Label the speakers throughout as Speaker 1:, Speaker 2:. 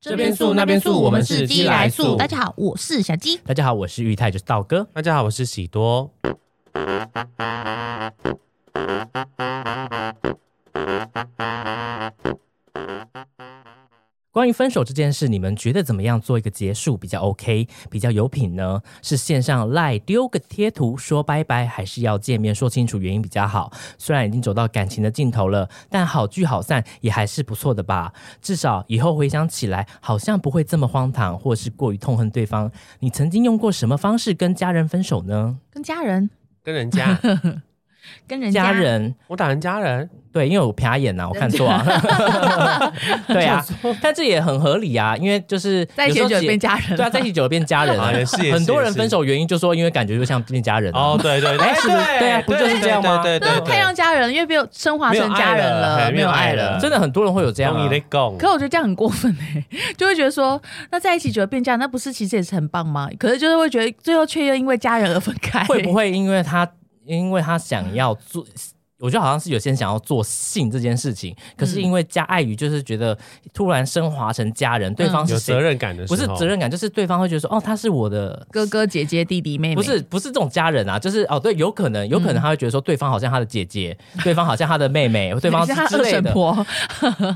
Speaker 1: 这边素那边素我们是鸡来素
Speaker 2: 大家好，我是小鸡。
Speaker 3: 大家好，我是玉泰，就是道哥。
Speaker 1: 大家好，我是喜多。
Speaker 3: 关于分手这件事，你们觉得怎么样做一个结束比较 OK，比较有品呢？是线上赖丢个贴图说拜拜，还是要见面说清楚原因比较好？虽然已经走到感情的尽头了，但好聚好散也还是不错的吧。至少以后回想起来，好像不会这么荒唐，或是过于痛恨对方。你曾经用过什么方式跟家人分手呢？
Speaker 2: 跟家人，
Speaker 1: 跟人 家，
Speaker 2: 跟人
Speaker 3: 家人
Speaker 1: 我打人家人，
Speaker 3: 对，因为我瞟眼呐、我看错啊。对啊，但这也很合理啊，因为就是
Speaker 2: 在一起
Speaker 3: 有
Speaker 2: 很
Speaker 3: 时候
Speaker 2: 久
Speaker 3: 结
Speaker 2: 变家人，
Speaker 3: 对啊，在一起久了变家人
Speaker 1: 啊也是也是
Speaker 3: 很多
Speaker 1: 也
Speaker 3: 人
Speaker 1: 是
Speaker 3: 分手原因就说因为感觉就像变家人啊
Speaker 1: 哦，对对对，
Speaker 3: 哎是不是
Speaker 1: 对
Speaker 3: 对啊不就是这样吗
Speaker 1: 对对
Speaker 2: 那
Speaker 1: 对
Speaker 2: 太
Speaker 1: 对
Speaker 2: 让家人，因为没有升华成家人了，啊
Speaker 1: 没有爱了，
Speaker 3: 真的很多人会有这样、啊
Speaker 1: 你。的讲
Speaker 2: 可我觉得这样很过分哎、就会觉得说，那在一起久了变家人，那不是其实也是很棒吗？可是就是会觉得最后却又因为家人而分开，
Speaker 3: 会不？会因为他因为他想要做？我觉得好像是有些人想要做性这件事情，可是因为加碍于就是觉得突然升华成家人，对方
Speaker 1: 有
Speaker 3: 是谁？
Speaker 1: 责任感的时
Speaker 3: 不
Speaker 1: 候，
Speaker 3: 是责任感，就是对方会觉得说哦，他是我的。
Speaker 2: 哥哥姐姐弟弟妹妹
Speaker 3: 不是不是这种家人啊，就是哦对，有可能有可能他会觉得说对方好像他的姐姐，
Speaker 2: 嗯
Speaker 3: 对方好像他的妹妹， 对方
Speaker 2: 你是他
Speaker 3: 之
Speaker 2: 二
Speaker 3: 类
Speaker 2: 婶
Speaker 3: 的，
Speaker 2: 婆，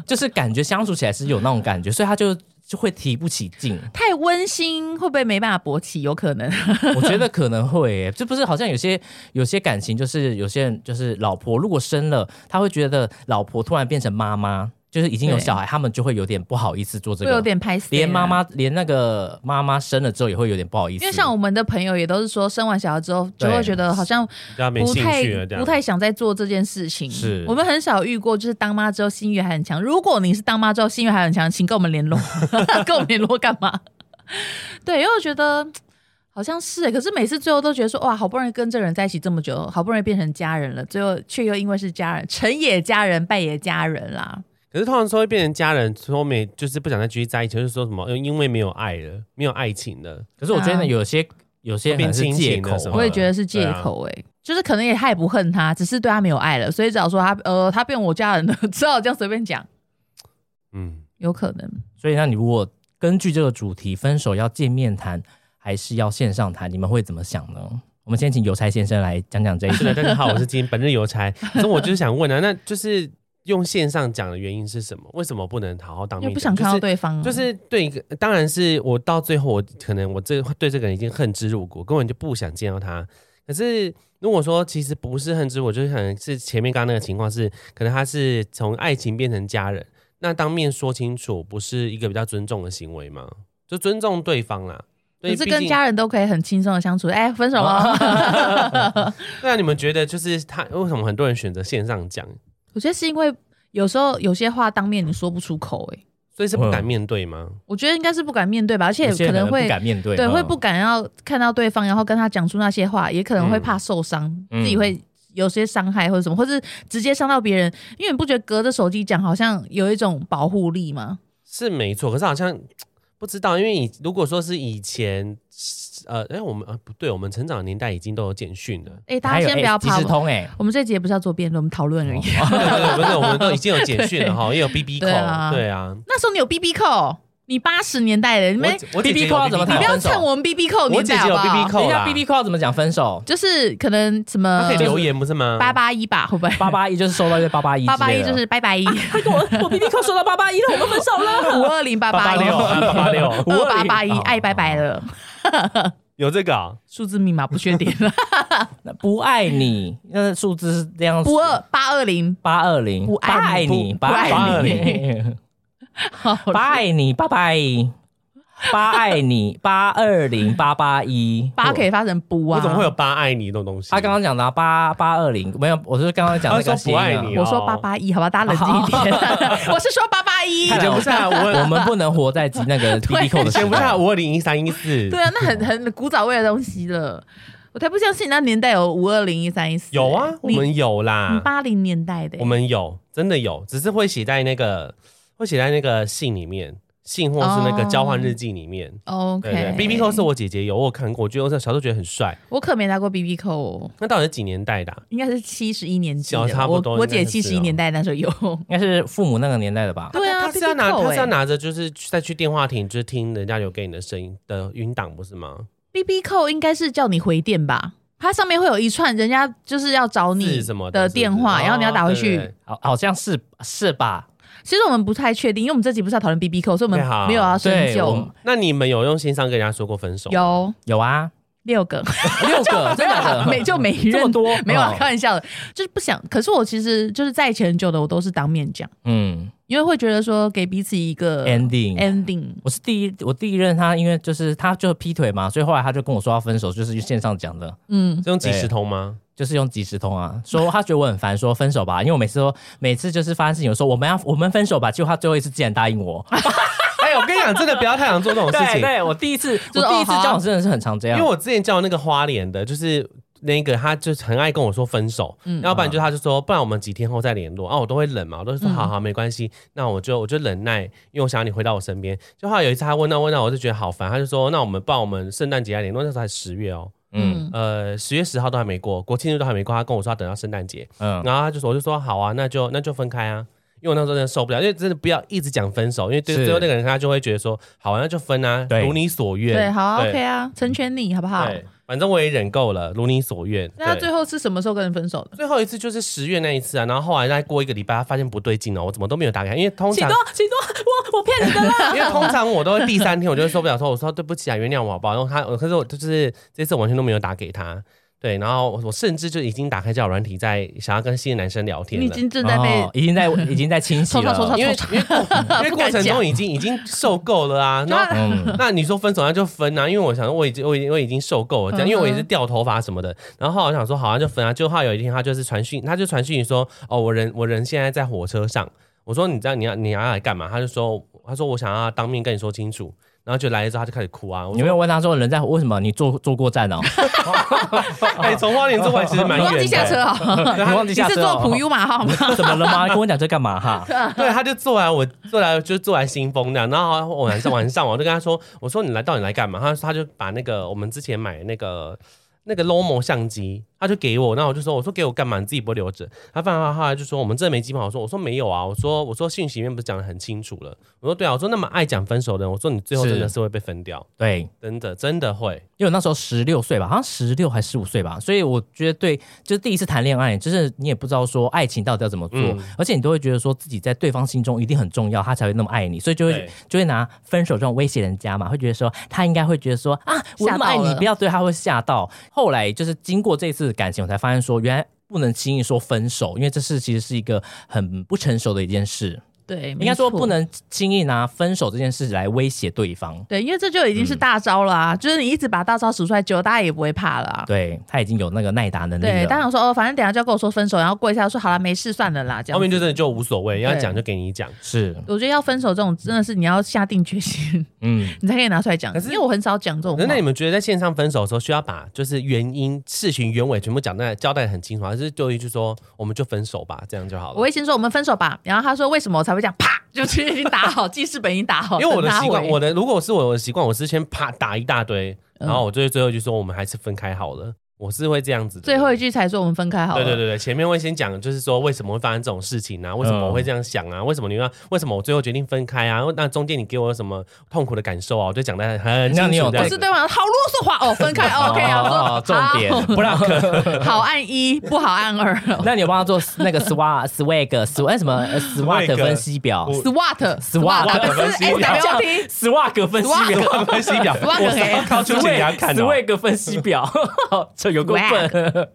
Speaker 3: 就是感觉相处起来是有那种感觉，所以他就就会提不起 劲。
Speaker 2: 太温馨会不会没办法勃起？有可能，
Speaker 3: 我觉得可能会、欸，这不是好像有些有些感情，就是有些人就是老婆如果生了，他会觉得老婆突然变成妈妈，就是已经有
Speaker 2: 对
Speaker 3: 小孩，他们就会有点不好意思做这
Speaker 2: 会有
Speaker 3: 个。
Speaker 2: 点啊拍死。
Speaker 3: 连妈妈，连那个妈妈生了之后也会有点不好意思，
Speaker 2: 因为像我们的朋友也都是说，生完小孩之后就会
Speaker 3: 对
Speaker 2: 觉得好像
Speaker 1: 比较没
Speaker 2: 不
Speaker 1: 兴
Speaker 2: 太
Speaker 1: 趣了，这样
Speaker 2: 不太想再做这件事情。
Speaker 3: 是
Speaker 2: 我们很少遇过，就是当妈之后性欲还很强。如果你是当妈之后性欲还很强，请跟我们联络， 跟我们联络干嘛？ 对，因为我觉得好像是欸，可是每次最后都觉得说，哇，好不容易跟这个人在一起这么久，好不容易变成家人了，最后却又因为是家人，成也家人，败也家人啦。
Speaker 1: 可是通常说会变成家人，说没就是不想再继续在一起，就是说什么呃因为没有爱了，没有爱情了，
Speaker 3: 可是我觉
Speaker 2: 啊
Speaker 3: 得有些、有些可能是借口
Speaker 1: 变亲情的什
Speaker 3: 啊，
Speaker 1: 么
Speaker 2: 我也觉得是借口哎、就是可能也他也不恨他，只是对他没有爱了，所以只好说他呃他变我家人了， 只好这样随便讲，
Speaker 1: 嗯，
Speaker 2: 有可能。
Speaker 3: 所以那你如果根据这个主题，分手要见面谈还是要线上谈，你们会怎么想呢？我们先请邮差先生来讲讲这一
Speaker 1: 是
Speaker 3: 题。
Speaker 1: 的，大家好，我是今天本日邮差，所以我就是想问啊，那就是用线上讲的原因是什么？为什么不能好好当
Speaker 2: 因
Speaker 1: 面
Speaker 2: 为
Speaker 1: 讲？
Speaker 2: 不想看到对方啊、
Speaker 1: 就是对一个，当然是我到最后，我可能我这对这个人已经恨之入骨，根本就不想见到他。可是如果说其实不是恨之入骨，就是可能是前面刚刚那个情况是，可能他是从爱情变成家人，那当面说清楚，不是一个比较尊重的行为吗？就尊重对方啦。对
Speaker 2: 可是
Speaker 1: 毕
Speaker 2: 跟
Speaker 1: 竟
Speaker 2: 家人都可以很轻松的相处。哎、分手了。
Speaker 1: 对啊，你们觉得就是他为什么很多人选择线上讲，
Speaker 2: 我觉得是因为有时候有些话当面你说不出口、哎，
Speaker 1: 所以是不敢
Speaker 3: 嗯
Speaker 1: 面对吗？
Speaker 2: 我觉得应该是不敢面对吧，而且
Speaker 3: 有些
Speaker 2: 可
Speaker 3: 人
Speaker 2: 能
Speaker 3: 不
Speaker 2: 会
Speaker 3: 敢面对，
Speaker 2: 对
Speaker 3: 嗯
Speaker 2: 会不敢要看到对方，然后跟他讲出那些话，也可能会
Speaker 1: 嗯
Speaker 2: 怕受伤，
Speaker 3: 嗯
Speaker 2: 自己会。有些伤害或者什么，或是直接伤到别人，因为你不觉得隔着手机讲好像有一种保护力吗？。
Speaker 1: 是没错，可是好像不知道，因为以如果说是以前，呃，哎、我们啊不对，我们成长的年代已经都有简讯了
Speaker 2: 哎、大家先不要
Speaker 3: 还
Speaker 2: 怕
Speaker 3: 有哎即时
Speaker 2: 我。
Speaker 3: 通哎、
Speaker 2: 我们这集也不是要做辩论，我们讨论而已。
Speaker 1: 对对对，不是，我们都已经有简讯了哈，也有 B B 扣，
Speaker 2: 对啊
Speaker 1: 对啊。
Speaker 2: 那时候你有 B B 扣，你八十年代的，你们
Speaker 1: 我
Speaker 3: BB
Speaker 1: 姐姐有
Speaker 3: 扣要怎么
Speaker 2: 你
Speaker 3: 打
Speaker 2: 不要
Speaker 3: 分手
Speaker 2: 蹭我们 B B 扣
Speaker 1: 我
Speaker 2: 年
Speaker 1: 姐
Speaker 2: 代好
Speaker 1: 姐
Speaker 2: 不
Speaker 1: 有
Speaker 2: 好？
Speaker 1: B B
Speaker 3: 等
Speaker 1: 扣
Speaker 3: 一下
Speaker 1: 啦
Speaker 3: ，B，B 扣要怎么讲分手？
Speaker 2: 就是可能什么
Speaker 1: 她可以留言不啊是吗？
Speaker 2: 八八一吧，会不会？
Speaker 3: 八八一就是收到这八八一，
Speaker 2: 八八一就是拜拜一，
Speaker 3: 我我 B B 扣收到八八一 了，我们分手了。
Speaker 2: 五二零八
Speaker 1: 八
Speaker 2: 一，
Speaker 1: 六啊八 八哦六，
Speaker 2: 二八八一
Speaker 3: 520，
Speaker 2: 爱拜拜了，
Speaker 1: 有这个啊
Speaker 2: 数字密码不确定 了，
Speaker 3: 哦不爱你，那数字是这样，
Speaker 2: 不二八二零，
Speaker 3: 八二零，
Speaker 2: 不爱
Speaker 3: 爱
Speaker 2: 你
Speaker 3: 你，
Speaker 2: 不不爱
Speaker 3: 爱
Speaker 1: 你
Speaker 3: 你，
Speaker 2: 好
Speaker 3: 八爱你，八八一，八爱你，八二零八八一，
Speaker 2: 八可以发成不啊？
Speaker 1: 我怎么会有？八爱你这种东西？
Speaker 3: 他刚刚讲的啊八八二零没有，我是刚刚讲那
Speaker 1: 他
Speaker 3: 个
Speaker 1: 说不爱你
Speaker 3: 谐音啊
Speaker 2: 我说八八一，好吧，大家冷静一 点，我是说八八一。
Speaker 3: 看
Speaker 1: 以
Speaker 3: 来
Speaker 1: 前不是啊，
Speaker 3: 我
Speaker 1: 我
Speaker 3: 们不能活在那 个 B B 扣
Speaker 1: 以
Speaker 3: 的时
Speaker 1: 前不是
Speaker 3: 代
Speaker 1: 啊，。五二零一三一四，
Speaker 2: 对啊，那很很古早味的东西了，我才不相信那年代有五二零一三一四。
Speaker 1: 有啊，我
Speaker 2: 你
Speaker 1: 们有
Speaker 2: 你
Speaker 1: 啦，
Speaker 2: 八零年代的欸，
Speaker 1: 我们有，真的有，只是会写在那个会写在那个信里面，信或是那个
Speaker 2: 哦
Speaker 1: 交换日记里面。对对
Speaker 2: OK
Speaker 1: ，B B 扣是我姐姐有，我有看过，我觉得我小时候觉得很帅。
Speaker 2: 我可没拿过 B B 扣、哦，
Speaker 1: 那到底是几年代的啊、
Speaker 2: 应该是七十一年级的
Speaker 1: 小差不多
Speaker 2: 我我
Speaker 1: 应该
Speaker 2: 姐
Speaker 1: 是
Speaker 2: 七十一
Speaker 1: 哦
Speaker 2: 年代那时候有。
Speaker 3: 应该是父母那个年代的吧？
Speaker 2: 对啊，
Speaker 1: 他是要拿，
Speaker 2: BB 扣
Speaker 1: 他是要
Speaker 2: 欸
Speaker 1: 拿着，就是去再去电话亭，就是听人家留给你的声音的音档，不是吗？
Speaker 2: B B 扣应该是叫你回电吧？它上面会有一串人家就是要找你
Speaker 1: 是什么
Speaker 2: 的
Speaker 1: 是不是
Speaker 2: 电话，
Speaker 1: 哦
Speaker 2: 然后你要打回
Speaker 1: 对
Speaker 2: 去。
Speaker 1: 对对
Speaker 3: 好，好像是是吧？
Speaker 2: 其实我们不太确定，因为我们这集不是要讨论 B B 扣，所以我们
Speaker 1: 对好
Speaker 2: 没有要深
Speaker 3: 对，我
Speaker 2: 究
Speaker 3: 们。
Speaker 1: 那你们有用心上跟人家说过分手？，
Speaker 2: 有
Speaker 3: 有啊，
Speaker 2: 六个，
Speaker 3: 六 个，真的假的
Speaker 2: 每就每 一
Speaker 3: 这
Speaker 2: 任
Speaker 3: 么多，
Speaker 2: 没有啦啊
Speaker 3: 哦，
Speaker 2: 开玩笑的，就是不想。可是我其实就是在一起很久的，我都是当面讲，
Speaker 3: 嗯
Speaker 2: 因为会觉得说给彼此一个
Speaker 3: ，ending。
Speaker 2: ending
Speaker 3: 我是第一，我第一任他，因为就是他就劈腿嘛，所以后来他就跟我说要分手，就是线上讲的，
Speaker 2: 嗯，
Speaker 1: 是用即时通吗？
Speaker 3: 就是用即时通啊，说他觉得我很烦，说分手吧，因为我每次都每次就是发生事情，我说我们要我们分手吧，结果他最后一次竟然答应我，
Speaker 1: 哎，我跟你讲，真的不要太想做这种 事
Speaker 3: 对
Speaker 1: 情。
Speaker 3: 对，我第一次，
Speaker 2: 是
Speaker 3: 我第
Speaker 2: 哦
Speaker 3: 一次
Speaker 2: 好啊
Speaker 3: 交往真的是很常这
Speaker 1: 因
Speaker 3: 样
Speaker 1: 为，我之前叫那个花莲的，就是那个他就很爱跟我说分手，
Speaker 2: 嗯
Speaker 1: 要不然就他就说，不然我们几天后再联络啊，我都会忍嘛，我都说
Speaker 2: 嗯
Speaker 1: 好好没关系，那我就我就忍耐，因为我想要你回到我身边。就后来有一次他问到问到，我就觉得好烦，他就说那我们不然我们圣诞节来联络，那时候才十月哦，
Speaker 3: 嗯
Speaker 2: 嗯
Speaker 1: 呃十月十号都还没过，国庆日都还没过，他跟我说他等到圣诞节，
Speaker 3: 嗯，
Speaker 1: 然后他就说我就说好啊，那就那就分开啊。因为我那时候真的受不了，因为真的不要一直讲分手，因为对
Speaker 3: 是
Speaker 1: 最后那个人他就会觉得说，好、啊，那就分啊，
Speaker 3: 对
Speaker 1: 如你所愿。
Speaker 2: 对，好啊
Speaker 1: 对
Speaker 2: ，OK 啊，成全你好不好？
Speaker 1: 对，反正我也忍够了，如你所愿。
Speaker 2: 那他
Speaker 1: 对
Speaker 2: 最后是什么时候跟人分手的？
Speaker 1: 最后一次就是十月那一次啊，然后后来再过一个礼拜，他发现不对劲了，我怎么都没有打给他，因为通
Speaker 3: 喜
Speaker 1: 常
Speaker 3: 多喜多，我我骗你的啦，
Speaker 1: 因为通常我都会第三天我就会受不了，说我说对不起啊，原谅我好不好？然后他，可是我就是这次我完全都没有打给他，对，然后我甚至就已经打开交友软体，在想要跟新的男生聊天
Speaker 2: 你已
Speaker 1: 了。
Speaker 2: 经正在被
Speaker 3: 哦已经在已经在清洗
Speaker 2: 抽抽抽
Speaker 3: 了
Speaker 2: 抽，
Speaker 1: 因为因为 因为过程中已经已经受够了啊，然后
Speaker 3: 嗯，
Speaker 1: 那你说分手那就分啊，因为我想说我已经我已经我已经受够了，
Speaker 2: 嗯
Speaker 1: 这样，因为我也是掉头发什么的。然后后来我想说好啊就分啊，就后来有一天他就是传讯，他就传讯说哦我人我人现在在火车上。我说你知道你要你要来干嘛？他就说他说我想要当面跟你说清楚。然后就来了之后他就开始哭啊，我
Speaker 3: 你有没有问他说人在为什么你坐坐过站哦？
Speaker 1: 哎从花莲之外其实蛮
Speaker 2: 你
Speaker 1: 远
Speaker 2: 忘
Speaker 1: 的。
Speaker 2: 记下 车啊！
Speaker 3: 你忘记
Speaker 2: 你
Speaker 3: 下
Speaker 2: 是
Speaker 3: 车
Speaker 2: 坐
Speaker 3: 哦
Speaker 2: 普悠玛号吗？
Speaker 3: 怎么了吗？跟我讲这干嘛哈？
Speaker 1: 对，他就坐来我坐来就坐来新风那样，然后我晚上晚上我就跟他说，我说你来到底来干嘛？他他就把那个我们之前买的那个那个 Lomo 相机，他就给我，那我就说我说给我干嘛？你自己不会留着？他放他后来就说我们这没机票，我说我说没有啊，我说我说讯息里面不是讲的很清楚了，我说对啊，我说那么爱讲分手的人，我说你最后真的
Speaker 3: 是
Speaker 1: 是会被分掉，
Speaker 3: 对，
Speaker 1: 真的真的会。
Speaker 3: 因为我那时候十六岁吧，好像十六还十五岁吧，所以我觉得对，就是第一次谈恋爱，就是你也不知道说爱情到底要怎么做，
Speaker 1: 嗯
Speaker 3: 而且你都会觉得说自己在对方心中一定很重要，他才会那么爱你，所以就会
Speaker 1: 对
Speaker 3: 就会拿分手这种威胁人家嘛，会觉得说他应该会觉得说啊，我那么爱
Speaker 2: 吓到
Speaker 3: 你，
Speaker 2: 了
Speaker 3: 不要对他会吓到。后来就是经过这次感情，我才发现说原来。不能轻易说分手，因为这是其实是一个很不成熟的一件事，
Speaker 2: 对，
Speaker 3: 应该
Speaker 2: 没错
Speaker 3: 说不。能轻易拿分手这件事来威胁对方。
Speaker 2: 对，因为这就已经
Speaker 1: 嗯
Speaker 2: 是大招了啊！就是你一直把大招使出来，久了大家也不会怕了啊。
Speaker 3: 对他已经有那个耐打能力了。
Speaker 2: 对，当然说哦，反正等一下就要跟我说分手，然后过一下说好了，没事算了啦，这
Speaker 1: 后
Speaker 2: 样
Speaker 1: 面就
Speaker 2: 子。
Speaker 1: 真的就无所谓，要
Speaker 2: 对
Speaker 1: 讲就给你讲。
Speaker 3: 是，
Speaker 2: 我觉得要分手这种真的是你要下定决心，
Speaker 3: 嗯，
Speaker 2: 你才可以拿出来讲。
Speaker 1: 可是
Speaker 2: 因为我很少讲这种话
Speaker 1: 那，那你们觉得在线上分手的时候，需要把就是原因、事情原委全部讲的交代得很清楚，还是就一句说我们就分手吧，这样就好
Speaker 2: 我
Speaker 1: 了？
Speaker 2: 会先说我们分手吧，然后他说为什么我才会这样，啪， 就是已经打好记事本，已经打好。
Speaker 1: 因为我的
Speaker 2: 等他
Speaker 1: 习惯，
Speaker 2: 回
Speaker 1: 我的如果是我的习惯，我是先啪打一大堆，
Speaker 2: 嗯
Speaker 1: 然后我最最后就说我们还是分开好了。我是会这样子的，
Speaker 2: 最后一句才说我们分开好了。
Speaker 1: 对对对对，前面会先讲，就是说为什么会发生这种事情啊？为什么
Speaker 3: 嗯
Speaker 1: 我会这样想啊？为什么你要？为什么我最后决定分开啊？那中间你给我有什么痛苦的感受啊？我就讲的很
Speaker 3: 那你有
Speaker 1: 在
Speaker 2: 可是对方好啰嗦话哦，分开 OK 啊，我说
Speaker 3: 哦重 点。
Speaker 1: 不让可
Speaker 2: 好好按一，不好按二
Speaker 3: 那你有帮他做那个 SWOT swag sw 哎什么呃 SWOT 分析表
Speaker 1: 我
Speaker 2: ，SWAT 呃
Speaker 3: SWOT
Speaker 2: 是 S
Speaker 3: 表
Speaker 2: W T。
Speaker 3: ，SWOT 分析表，
Speaker 1: 分析表，
Speaker 2: 我欸
Speaker 1: 我是要靠出给他看的。
Speaker 3: ，SWAG 分析表，哦 这有够笨。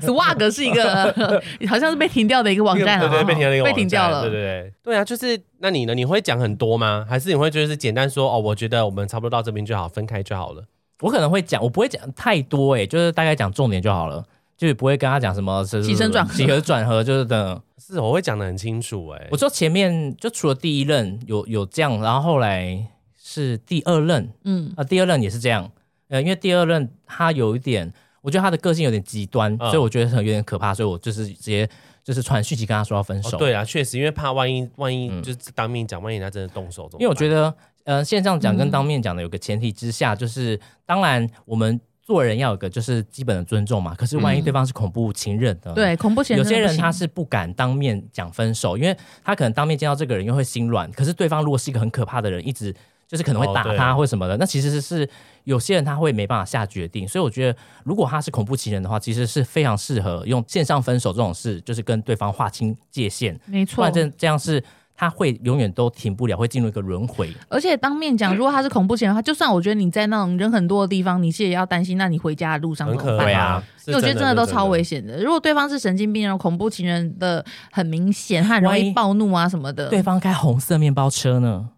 Speaker 2: Swag 是一个好像是被停掉的一个网站
Speaker 1: 对
Speaker 2: 啊，
Speaker 1: 对，被停了一个
Speaker 2: 被
Speaker 1: 网站
Speaker 2: 停掉了。
Speaker 1: 对对对，对啊，就是那你呢？你会讲很多吗？还是你会就是简单说哦，我觉得我们差不多到这边就好，分开就好了。
Speaker 3: 我可能会讲，我不会讲太多，哎，就是大概讲重点就好了。就是不会跟他讲什么
Speaker 2: 起承转合
Speaker 3: 几何转合，就是等
Speaker 1: 是，我会讲的很清楚哎、
Speaker 3: 我说前面就除了第一任有有这样，然后后来是第二任，
Speaker 2: 嗯，
Speaker 3: 啊，第二任也是这样，呃，因为第二任他有一点，我觉得他的个性有点极端，
Speaker 1: 嗯
Speaker 3: 所以我觉得很有点可怕，所以我就是直接就是传讯息跟他说要分手。
Speaker 1: 哦，对啊，确实，因为怕万一万一
Speaker 3: 嗯
Speaker 1: 就是当面讲，万一人家真的动手，
Speaker 3: 因为我觉
Speaker 1: 得
Speaker 3: 得，呃，线上讲跟
Speaker 2: 嗯
Speaker 3: 当面讲的有个前提之下，就是当然我们做人要有个就是基本的尊重嘛。可是万一
Speaker 2: 嗯
Speaker 3: 对方是恐怖情人呢？。
Speaker 2: 对，恐怖情
Speaker 3: 有
Speaker 2: 人真
Speaker 3: 些
Speaker 2: 的不
Speaker 3: 人他
Speaker 2: 行
Speaker 3: 是不敢当面讲分手，因为他可能当面见到这个人又会心软。可是对方如果是一个很可怕的人，一直就是可能会
Speaker 1: 哦
Speaker 3: 打
Speaker 1: 对
Speaker 3: 他或什么的，那其实是是有些人他会没办法下决定。所以我觉得，如果他是恐怖情人的话，其实是非常适合用线上分手这种事，就是跟对方划清界限，
Speaker 2: 没
Speaker 3: 不
Speaker 2: 错
Speaker 3: 然，这这样是他会永远都停不了，会进入一个轮回。
Speaker 2: 而且当面讲，如果他是恐怖情人的话，就算我觉得你在那种人很多的地方，你是也要担心，那你回家的路上
Speaker 1: 很
Speaker 2: 怎么
Speaker 1: 可
Speaker 2: 办？
Speaker 1: 怕
Speaker 3: 对啊，
Speaker 2: 因为我觉得真的都超危
Speaker 1: 险。
Speaker 2: 险的。如果对方是神经病，然后恐怖情人的很明显，他很容
Speaker 3: 万一
Speaker 2: 易暴怒啊什么的。
Speaker 3: 对方开红色面包车呢？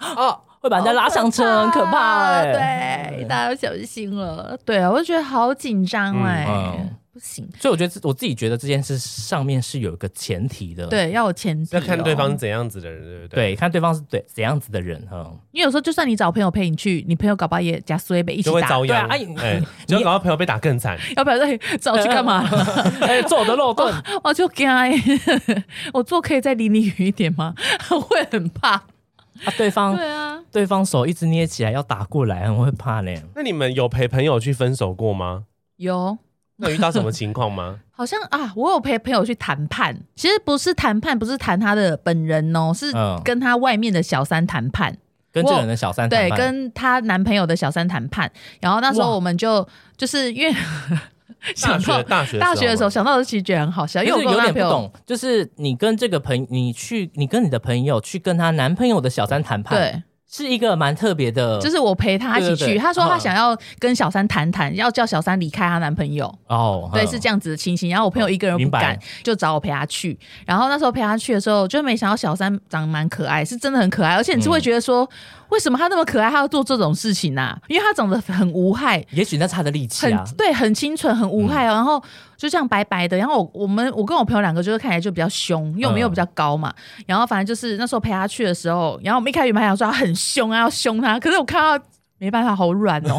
Speaker 3: 哦，会把人家拉上车，很可怕哎、
Speaker 2: 啊对，大家要小心了。对啊，我就觉得好紧张哎、
Speaker 3: 嗯
Speaker 2: 不行。
Speaker 3: 所以我觉得我自己觉得这件事上面是有一个前提的，
Speaker 2: 对，要有前提、哦
Speaker 1: 要看对方是，怎样子的人，对不对？
Speaker 3: 对，看对方是对怎样子的人哈。
Speaker 2: 因为有时候就算你找朋友陪你去，你朋友搞不好也加衰呗，一起
Speaker 1: 就会
Speaker 2: 打
Speaker 1: 遭。殃。
Speaker 3: 对啊哎
Speaker 1: 哎，结果搞到朋友被打更惨，
Speaker 2: 要不要再 找去干嘛？
Speaker 3: 哎，做我的漏洞，
Speaker 2: 我就惊哎、 我坐可以再离你远一点吗？ 我会很怕。
Speaker 3: 啊对方
Speaker 2: 对啊，
Speaker 3: 对方手一直捏起来要打过来，很会怕呢。
Speaker 1: 那你们有陪朋友去分手过吗？
Speaker 2: 有。
Speaker 1: 那有遇到什么情 况吗？
Speaker 2: 好像啊，我有陪朋友去谈判，其实不是谈判，不是谈他的本人哦，是
Speaker 3: 嗯
Speaker 2: 跟他外面的小三谈判。
Speaker 3: 跟这个人的小三谈
Speaker 2: 对，
Speaker 3: 判
Speaker 2: 跟她男朋友的小三谈判。然后那时候
Speaker 3: 哇
Speaker 2: 我们就就是 因为
Speaker 1: 大
Speaker 2: 想
Speaker 1: 学
Speaker 2: 到
Speaker 1: 大学
Speaker 2: 大学的时
Speaker 1: 候
Speaker 2: 候
Speaker 1: 吗，
Speaker 2: 想到的，其实觉得很好笑，因为
Speaker 3: 就
Speaker 2: 我
Speaker 3: 是
Speaker 2: 跟我
Speaker 3: 有
Speaker 2: 男
Speaker 3: 点
Speaker 2: 朋
Speaker 3: 不
Speaker 2: 友
Speaker 3: 懂，就是你跟这个朋你去你跟你的朋友去跟她男朋友的小三谈判，，
Speaker 2: 对，
Speaker 3: 是一个蛮特别的，
Speaker 2: 就是我陪她一起
Speaker 3: 对对
Speaker 2: 去。
Speaker 3: 对
Speaker 2: 她说她
Speaker 3: 嗯
Speaker 2: 想要跟小三谈谈，要叫小三离开她男朋友。
Speaker 3: 哦，
Speaker 2: 对，
Speaker 3: 嗯
Speaker 2: 是这样子的情形。然后我朋友一个人
Speaker 3: 明
Speaker 2: 不
Speaker 3: 白
Speaker 2: 敢，就找我陪他去。然后那时候陪他去的时候，就没想到小三长得蛮可爱，是真的很可爱。而且你
Speaker 3: 嗯
Speaker 2: 就会觉得说，为什么他那么可爱，他要做这种事情啊？因为他长得很无害，
Speaker 3: 也许那是他的力气
Speaker 2: 很、
Speaker 3: 啊，
Speaker 2: 对，很清纯，很无害、哦。然后就这样白白的。然后我我们我跟我朋友两个就是看起来就比较凶，因为我们又比较高嘛。然后反正就是那时候陪他去的时候，然后我们一开始本来想说他很凶啊，要凶他，可是我看到。没办法，好软哦，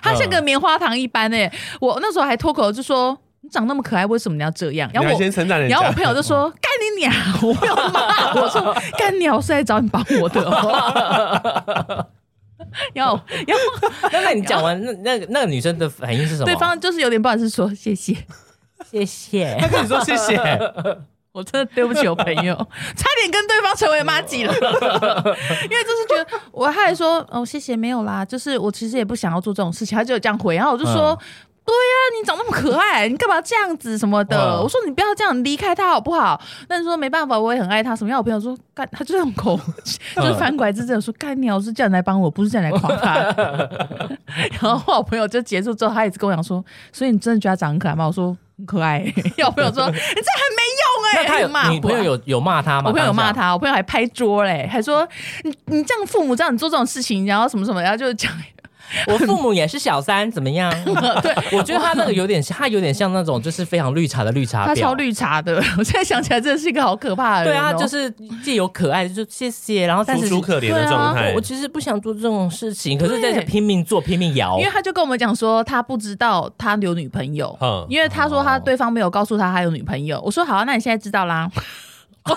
Speaker 2: 他像个棉花糖一般哎、我那时候还脱口就说：“你长那么可爱，为什么你要这样？”然
Speaker 1: 你
Speaker 2: 后
Speaker 1: 还
Speaker 2: 我
Speaker 1: 先称赞人家，
Speaker 2: 然后我朋友就说：“干你娘！” 我没有骂，我说：“干你娘，我是来找你帮我的、哦。 然后”然后
Speaker 3: 那 那你讲完，那那那个女生的反应是什么？
Speaker 2: 对方就是有点不好意思说谢谢，
Speaker 3: 谢谢。
Speaker 1: 他 跟你说谢谢，
Speaker 2: 我真的对不起我朋友，差点跟对方成为妈吉了，因为 就是觉得我还说哦谢谢没有啦，就是我其实也不想要做这种事情，他就这样回，然后我就说。
Speaker 3: 嗯
Speaker 2: 对呀、你长那么可爱，你干嘛这样子什么的？
Speaker 3: 嗯
Speaker 2: 我说你不要这样，你离开他好不好？但是说没办法，我也很爱他。什么样？我朋友说干，他就这种口，
Speaker 3: 嗯
Speaker 2: 就是翻过来是这样说干你老是叫你来帮我，不是叫你来夸他。 然后我朋友就结束之后，他一直跟我讲说，所以你真的觉得他长得很可爱吗？我说很可爱、 然后我朋友 说你这很没用哎、
Speaker 3: 那他有
Speaker 2: 还骂
Speaker 3: 你朋友
Speaker 2: 我。
Speaker 3: 有有骂他吗？
Speaker 2: 我朋友有骂
Speaker 3: 当下，
Speaker 2: 他，我朋友还拍桌嘞，还说你你这样父母这样你做这种事情，然后什么什么，然后就讲，
Speaker 3: 我父母也是小三，怎么 样？对，我觉得他那个有点，他有点像那种就是非常绿茶的绿茶
Speaker 2: 他
Speaker 3: 婊。
Speaker 2: 超绿茶的。 我现在想起来，真的是一个好可怕的
Speaker 3: 对
Speaker 2: 人、哦。
Speaker 3: 啊，就是既有可爱，就谢谢，然后但
Speaker 1: 楚
Speaker 3: 是
Speaker 1: 楚可怜的
Speaker 2: 啊
Speaker 1: 状态
Speaker 3: 我。其实不想做这种事情，可是在这
Speaker 2: 对
Speaker 3: 拼命做，拼命摇
Speaker 2: 因为。他就跟我们讲说，他不知道他有女朋友，
Speaker 1: 嗯
Speaker 2: 因为他说他对方没有告诉他他有女朋友。我说好、啊，那你现在知道啦。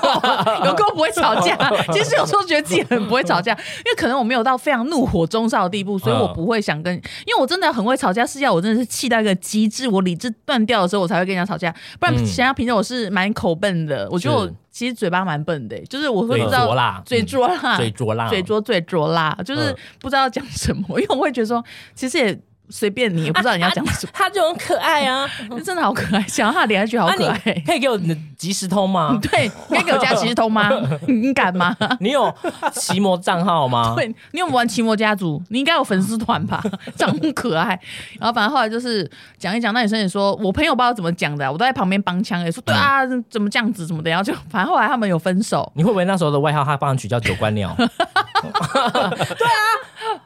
Speaker 2: 有够不会吵 架，其实有时候觉得自己很不会吵架，因为可能我没有到非常怒火中烧的地
Speaker 3: 嗯
Speaker 2: 步，所以我不会想跟，因为我真的很会吵架，是要我真的是气到一个极致，我理智断掉的时候，我才会跟人家吵架，不然
Speaker 3: 嗯
Speaker 2: 其他平常我是蛮口笨的，我觉得我
Speaker 3: 是
Speaker 2: 其实嘴巴蛮笨的、就是我会
Speaker 3: 嘴
Speaker 2: 不知道
Speaker 3: 拙啦，
Speaker 2: 嘴拙啦，
Speaker 3: 嗯嘴拙啦，
Speaker 2: 嘴。拙嘴拙啦，就是
Speaker 3: 嗯
Speaker 2: 不知道要讲什么，因为我会觉得说，其实也随便你，也不知道你要讲什么，
Speaker 3: 他就很可爱 啊，
Speaker 2: 真的好可爱，想到他的脸还觉得好可
Speaker 3: 啊你
Speaker 2: 爱。？
Speaker 3: 可以给我你的即时通吗
Speaker 2: 对，你敢给我加骑士通吗？你敢吗？
Speaker 3: 你有奇摩账号 吗？
Speaker 2: 对，你有没有玩奇摩家族？你应该有粉丝团吧？ 长得很可爱。然后反正后来就是讲一讲，那女生也说，我朋友不知道怎么讲的啊、我都在旁边帮腔，也说对啊，怎么这样子什么的。然后就反正后来他们有分 手，
Speaker 3: 你会不会那时候的外号他帮你取叫九官鸟？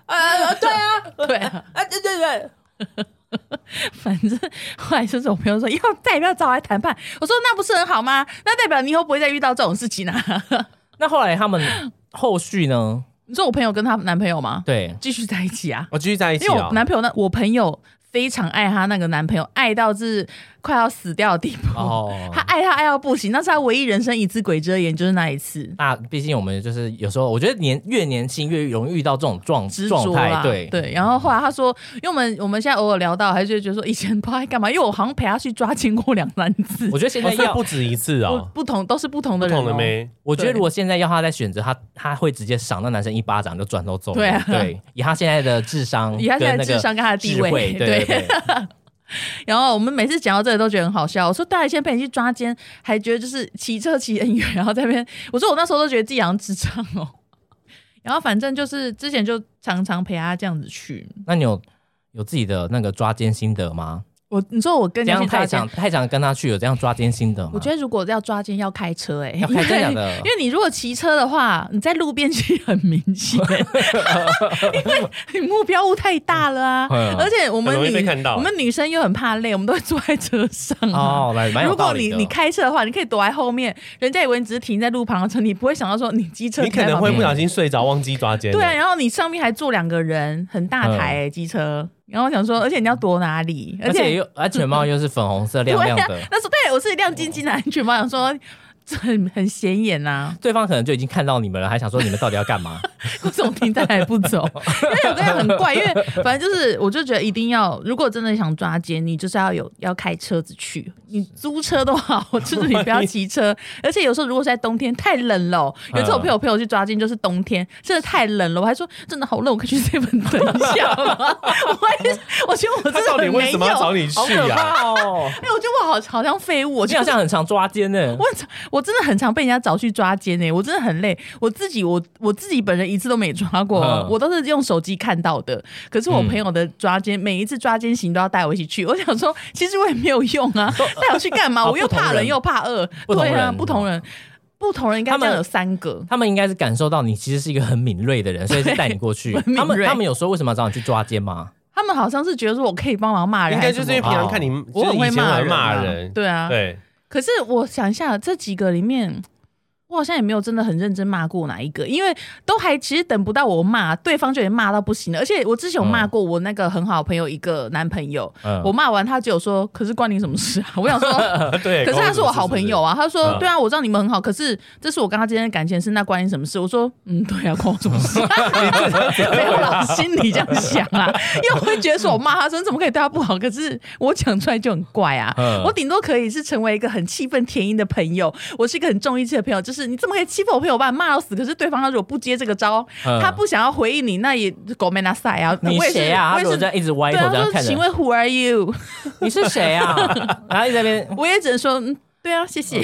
Speaker 2: 对啊、
Speaker 3: 啊，对对对，
Speaker 2: 反正后来就是我朋友说要代表找我来谈判，我说那不是很好吗？那代表你以后不会再遇到这种事情啊。
Speaker 3: 那后来他们后续呢？
Speaker 2: 你说我朋友跟她男朋友吗？
Speaker 3: 对，
Speaker 2: 继续在一起啊，
Speaker 1: 哦我继续在一起
Speaker 2: 因为
Speaker 1: 啊
Speaker 2: 我，男朋友那我朋友非常爱她那个男朋友，爱到是快要死掉的地步。
Speaker 3: 哦
Speaker 2: 他爱他爱到不行，那是他唯一人生一次鬼遮眼，就是那一次。
Speaker 3: 那毕竟我们就是有时候，我觉得年越年轻越容易遇到这种状
Speaker 2: 执
Speaker 3: 状
Speaker 2: 着
Speaker 3: 态，
Speaker 2: 啦，
Speaker 3: 对
Speaker 2: 对，然后后来他说，因为我们我们现在偶尔聊到，还是觉得说以前不知道在干嘛，因为我好像陪他去抓奸过两三次，
Speaker 3: 我觉得现在
Speaker 1: 哦所以
Speaker 3: 要，
Speaker 1: 不止一次
Speaker 2: 不
Speaker 1: 哦，
Speaker 2: 不同都是不同
Speaker 1: 不
Speaker 2: 的人、哦，
Speaker 1: 同了没？
Speaker 3: 我觉得如果现在要他再选择，他他会直接赏那男生一巴掌就转头走了。
Speaker 2: 对啊
Speaker 3: 对，以他现在的智商，
Speaker 2: 以他现在的智。商跟他的地
Speaker 3: 智
Speaker 2: 位，
Speaker 3: 慧，对对对，
Speaker 2: 然后我们每次讲到这里都觉得很好笑。我说啊大家先陪你去抓奸，还觉得就是骑车骑很远，然后在那边。 我说我那时候都觉得自己好像智障哦。 然后反正就是之前就常常陪他这样子去。
Speaker 3: 那你有有自己的那个抓奸心得吗？
Speaker 2: 我你说我跟
Speaker 3: 这
Speaker 2: 你
Speaker 3: 样
Speaker 2: 去抓
Speaker 3: 太
Speaker 2: 奸
Speaker 3: 想，太想跟他去，有这样抓奸心得吗？
Speaker 2: 我觉得如果要抓奸要开车哎、欸，
Speaker 3: 要 开真
Speaker 1: 啊
Speaker 3: 假的
Speaker 2: 因为因为你如果骑车的话，你在路边其实很明显， 因为你目标物太大了 啊。
Speaker 3: 嗯
Speaker 2: 而且我们
Speaker 1: 很容易被
Speaker 2: 女
Speaker 1: 看到啊
Speaker 2: 我们女生又很怕累，我们都会坐在车上啊。
Speaker 3: 哦，来，蛮有
Speaker 2: 如
Speaker 3: 道
Speaker 2: 果
Speaker 3: 理
Speaker 2: 你
Speaker 3: 的。
Speaker 2: 你开车的话，你可以躲在后面，人家以为你只是停在路旁的车，你不会想到说你机车
Speaker 1: 你可
Speaker 2: 停在
Speaker 1: 能
Speaker 2: 旁
Speaker 1: 会
Speaker 2: 边
Speaker 1: 不小心睡着，忘记抓奸。欸
Speaker 2: 对啊，，然后你上面还坐两个人，很大台欸机、车，然后我想说，而且你要躲哪里？
Speaker 3: 嗯而且又安全帽又是粉红色亮亮
Speaker 2: 对
Speaker 3: 的
Speaker 2: 啊，，那时候对我是亮晶晶的安全帽，想说这很很显眼啊呐、
Speaker 3: 对方可能就已经看到你们了，还想说你们到底要干 嘛？
Speaker 2: 为什么停在那里不走？ 因为我跟你讲很怪，因为反正就是我就觉得一定要，如果真的想抓奸，你就是要有要开车子去，你租车都好，就是你不要骑 车。而且有时候如果是在冬天太冷了，
Speaker 1: 嗯
Speaker 2: 有一次我陪我朋友去抓奸，就是冬天真的太冷了，我还说真的好冷，我可以去 seven 等一下吗？ 我还我觉得我
Speaker 1: 他
Speaker 2: 真的
Speaker 1: 到底
Speaker 2: 很
Speaker 1: 为
Speaker 2: 没
Speaker 1: 什
Speaker 2: 用，
Speaker 1: 么要找
Speaker 2: 哎，
Speaker 1: 你去啊呀？
Speaker 3: 哦！
Speaker 2: 我觉得我好好像废物，我
Speaker 3: 你好
Speaker 2: 就
Speaker 3: 像很常抓奸呢。
Speaker 2: 我很常我真的很常被人家找去抓奸诶、欸我真的很累。我自己我我自己本人一次都没抓过哦，
Speaker 3: 嗯
Speaker 2: 我都是用手机看到的。可是我
Speaker 3: 嗯
Speaker 2: 朋友的抓奸，每一次抓奸行都要带我一起去。我想说，其实我也没有用 啊，带我去干嘛？
Speaker 3: 哦
Speaker 2: 我又
Speaker 3: 不同
Speaker 2: 怕冷
Speaker 3: 人
Speaker 2: 又怕饿，
Speaker 3: 不同
Speaker 2: 对啊，
Speaker 3: 人
Speaker 2: 不同人，不同人应该
Speaker 3: 他
Speaker 2: 这
Speaker 3: 们
Speaker 2: 样有三个。
Speaker 3: 他们应该是感受到你其实是一个很敏锐的人，所以就带你过去
Speaker 2: 对。 很
Speaker 3: 他
Speaker 2: 敏
Speaker 3: 们
Speaker 2: 锐
Speaker 3: 他们有说为什么要找你去抓奸吗？
Speaker 2: 他们好像是觉得说我可以帮忙骂人，
Speaker 1: 应该就是因为平常看你，
Speaker 2: 我
Speaker 1: 就是
Speaker 2: 很会
Speaker 1: 以前
Speaker 2: 骂
Speaker 1: 很
Speaker 2: 人啊、
Speaker 1: 骂人，
Speaker 2: 对啊，
Speaker 1: 对，
Speaker 2: 可是我想一下，这几个里面，我好像也没有真的很认真骂过哪一个，因为都还其实等不到我骂，对方就已经骂到不行了。而且我之前有骂过我那个很好的朋友一个男朋友，
Speaker 3: 嗯，
Speaker 2: 我骂完他只有说：“可是关你什么事啊？”我想说。
Speaker 1: 啊对。
Speaker 2: 可是他是我好朋友
Speaker 1: 啊，
Speaker 2: 啊，他说
Speaker 1: 嗯
Speaker 2: 对啊，我知道你们很好，可是这是我跟他之间的感情是，那关你什么事？我说嗯，对啊，关我什么事？ 没有啦，心里这样想啦， 因为我会觉得说我骂他说你怎么可以对他不好，可是我讲出来就很怪啊。
Speaker 3: 嗯
Speaker 2: 我顶多可以是成为一个很气愤填膺的朋友，我是一个很重义气的朋友，就是你怎么可以欺负我朋友，把你骂到死？可是对方他如果不接这个招，
Speaker 3: 嗯
Speaker 2: 他不想要回应你，那也狗没拿赛啊。
Speaker 3: 你
Speaker 2: 我也是
Speaker 3: 谁啊？
Speaker 2: 我
Speaker 3: 他
Speaker 2: 也
Speaker 3: 怎么
Speaker 2: 是
Speaker 3: 这样一直歪
Speaker 2: 对
Speaker 3: 头
Speaker 2: 啊，
Speaker 3: 这样
Speaker 2: 他说
Speaker 3: 看
Speaker 2: 请
Speaker 3: 着？
Speaker 2: 问 Who are you？
Speaker 3: 你是谁啊？然后一直 在那边
Speaker 2: 我也只能说，嗯，对啊，谢 谢。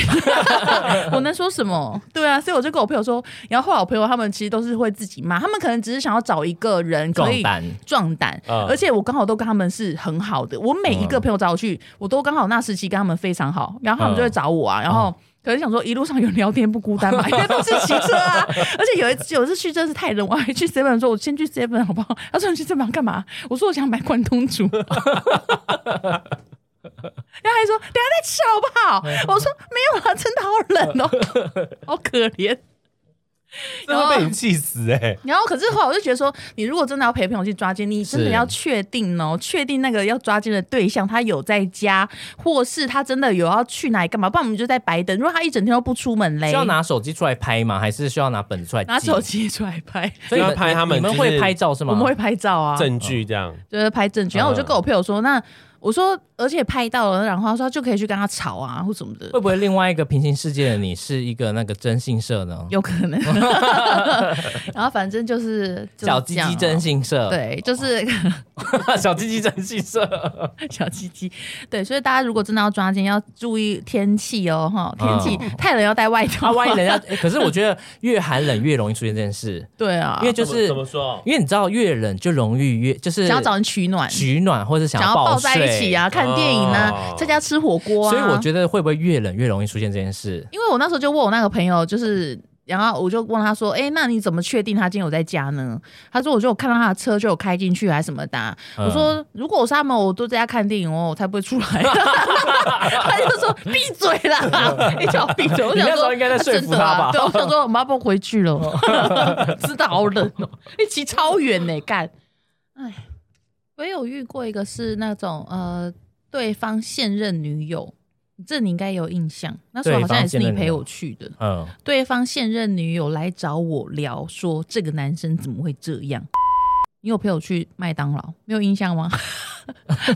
Speaker 2: 我能说什么？对啊，所以我就跟我朋友说，然后后来我朋友他们其实都是会自己骂，他们可能只是想要找一个人可
Speaker 3: 壮
Speaker 2: 以。
Speaker 3: 胆。
Speaker 2: 壮胆，
Speaker 1: 嗯
Speaker 2: 而且我刚好都跟他们是很好的。我每一
Speaker 3: 嗯
Speaker 2: 个朋友找我去，我都刚好那时期跟他们非常好，然后他们就会找我啊，然后。可能想说一路上有聊天不孤单嘛，因为都是骑车啊。而且有一次有一次去真的是太冷，我还去 seven 说，我先去 seven 好不好？他说你去 seven 干嘛？我说我想买关东煮。 然后还说等一下再吃好不好？我说没有啦，真的好冷哦，好可怜。
Speaker 1: 真的被你气死哎！
Speaker 2: 然后，可是后来我就觉得说，你如果真的要陪朋友去抓奸，你真的
Speaker 3: 是
Speaker 2: 要确定哦，确定那个要抓奸的对象他有在家，或是他真的有要去哪里干嘛，不然我们就在白等。如果他一整天都不出门嘞
Speaker 3: 需，要拿手机出来拍吗？还是需要拿本出来记？
Speaker 2: 拿手机出来 拍，
Speaker 3: 所以你
Speaker 1: 要拍他们
Speaker 3: 你们
Speaker 1: 就
Speaker 3: 会
Speaker 1: 是
Speaker 3: 拍照是吗？嗯
Speaker 2: 我们会拍照啊，
Speaker 1: 证据这样，
Speaker 2: 就是拍证据。然后我就跟我朋友说，那我说，而且拍到了，然后他说他就可以去跟他吵啊，或什么 的。
Speaker 3: 会不会另外一个平行世界的你是一个那个真性社呢？
Speaker 2: 有可能， 然后反正就是就是
Speaker 3: 小鸡
Speaker 2: 这样
Speaker 3: 鸡
Speaker 2: 啊
Speaker 3: 真性社，，
Speaker 2: 对，就是
Speaker 3: 小鸡鸡真性社，
Speaker 2: 小鸡鸡， 对，所以大家如果真的要抓奸，要注意天气哦，哈，天气、
Speaker 3: 嗯
Speaker 2: 太冷要带外套。
Speaker 3: 啊，万一人家， 欸可是我觉得越寒冷越容易出现这件事，
Speaker 2: 对啊，
Speaker 3: 因为就
Speaker 1: 怎么
Speaker 3: 是
Speaker 1: 怎么说？
Speaker 3: 因为你知道越冷就容易越就是
Speaker 2: 想要找人取暖，
Speaker 3: 取暖或者想
Speaker 2: 想要
Speaker 3: 抱
Speaker 2: 抱在一起啊，
Speaker 3: 睡。
Speaker 2: 看电影啊
Speaker 1: 哦，
Speaker 2: 在家吃火锅啊。
Speaker 3: 所以我觉得会不会越冷越容易出现这件事？
Speaker 2: 因为我那时候就问我那个朋友，就是。然后我就问他说：“哎、那你怎么确定他今天有在家呢？”他说：“我就有看到他的车就有开进去，还是什么的啊、
Speaker 3: 嗯
Speaker 2: 我说：“如果我是他们，我都在家看电影哦，我才不会 出来。”他就说：“闭嘴 啦，你叫我闭嘴！”我
Speaker 3: 你
Speaker 2: 想
Speaker 3: 那时
Speaker 2: 说
Speaker 3: 候应该在说服
Speaker 2: 真的啊
Speaker 3: 他吧
Speaker 2: 对，我想说我妈不回去了， 知道好冷哦，一骑超远呢、干。哎，我也有遇过一个是那种呃。对方现任女友，这你应该有印象。那时候
Speaker 3: 对
Speaker 2: 好像也是
Speaker 3: 方现
Speaker 2: 你
Speaker 3: 任女
Speaker 2: 陪
Speaker 3: 友
Speaker 2: 我去的。
Speaker 3: 嗯，
Speaker 2: 对方现任女友来找我聊，说这个男生怎么会这样？你有陪我去麦当劳，没有印象吗？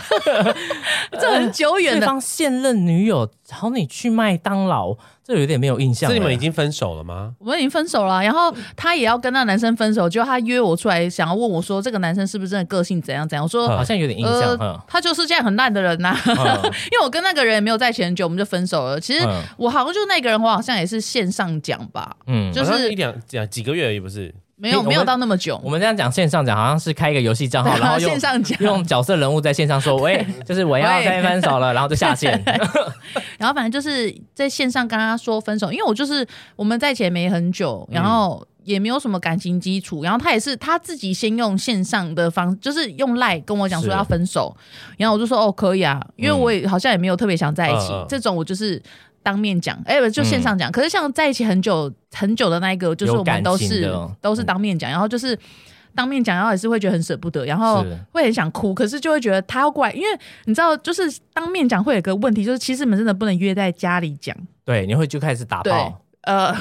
Speaker 2: 这很久远
Speaker 3: 对
Speaker 2: 的，
Speaker 3: 方现任女友找你去麦当劳，这有点没有印象
Speaker 1: 是
Speaker 3: 了。
Speaker 1: 你们已经分手了吗？
Speaker 2: 我们已经分手了。然后他也要跟那男生分手，结果他约我出来，想要问我说这个男生是不是真的个性怎样怎样。我说、
Speaker 3: 好像有点印象，嗯
Speaker 2: 哦呃，他就是这样很烂的人呐、
Speaker 3: 嗯
Speaker 2: 因为我跟那个人也没有在一起很久，我们就分手了。其实
Speaker 3: 嗯
Speaker 2: 我好像就那个人，我好像也是线上讲吧，
Speaker 3: 嗯，
Speaker 2: 就
Speaker 1: 好像
Speaker 2: 是
Speaker 1: 一两几几个月而已，不是？
Speaker 2: 没有
Speaker 3: 我们
Speaker 2: 没有到那么久啊
Speaker 3: 我。们这样讲线上讲，好像是开一个游戏 账号，然后用
Speaker 2: 线上讲，
Speaker 3: 用角色人物在线上 说，喂，就是我要
Speaker 2: 喂
Speaker 3: 该分手了，然后就 下线。
Speaker 2: 然后反正就是在线上跟他说分手，因为我就是我们在一起也没很久，
Speaker 3: 嗯
Speaker 2: 然后也没有什么感情基础，然后他也是他自己先用线上的方，就是用赖跟我讲说
Speaker 3: 是嗯
Speaker 2: 要分手，然后我就说哦可以啊，因为我也好像也没有特别想在一起，
Speaker 1: 嗯嗯
Speaker 2: 这种我就是。当面讲，哎、不就线上讲。可是像在一起很久很久的那一个，就是我
Speaker 3: 嗯有感
Speaker 2: 们都
Speaker 3: 情
Speaker 2: 是
Speaker 3: 的嗯
Speaker 2: 都是当面讲，然后就是当面讲，然后也是会觉得很舍不得，然后
Speaker 3: 是
Speaker 2: 会很想哭，可是就会觉得他要过来，因为你知道，就是当面讲会有个问题，就是其实你们真的不能约在家里讲。
Speaker 3: 对，你会就开始打炮。
Speaker 2: 呃，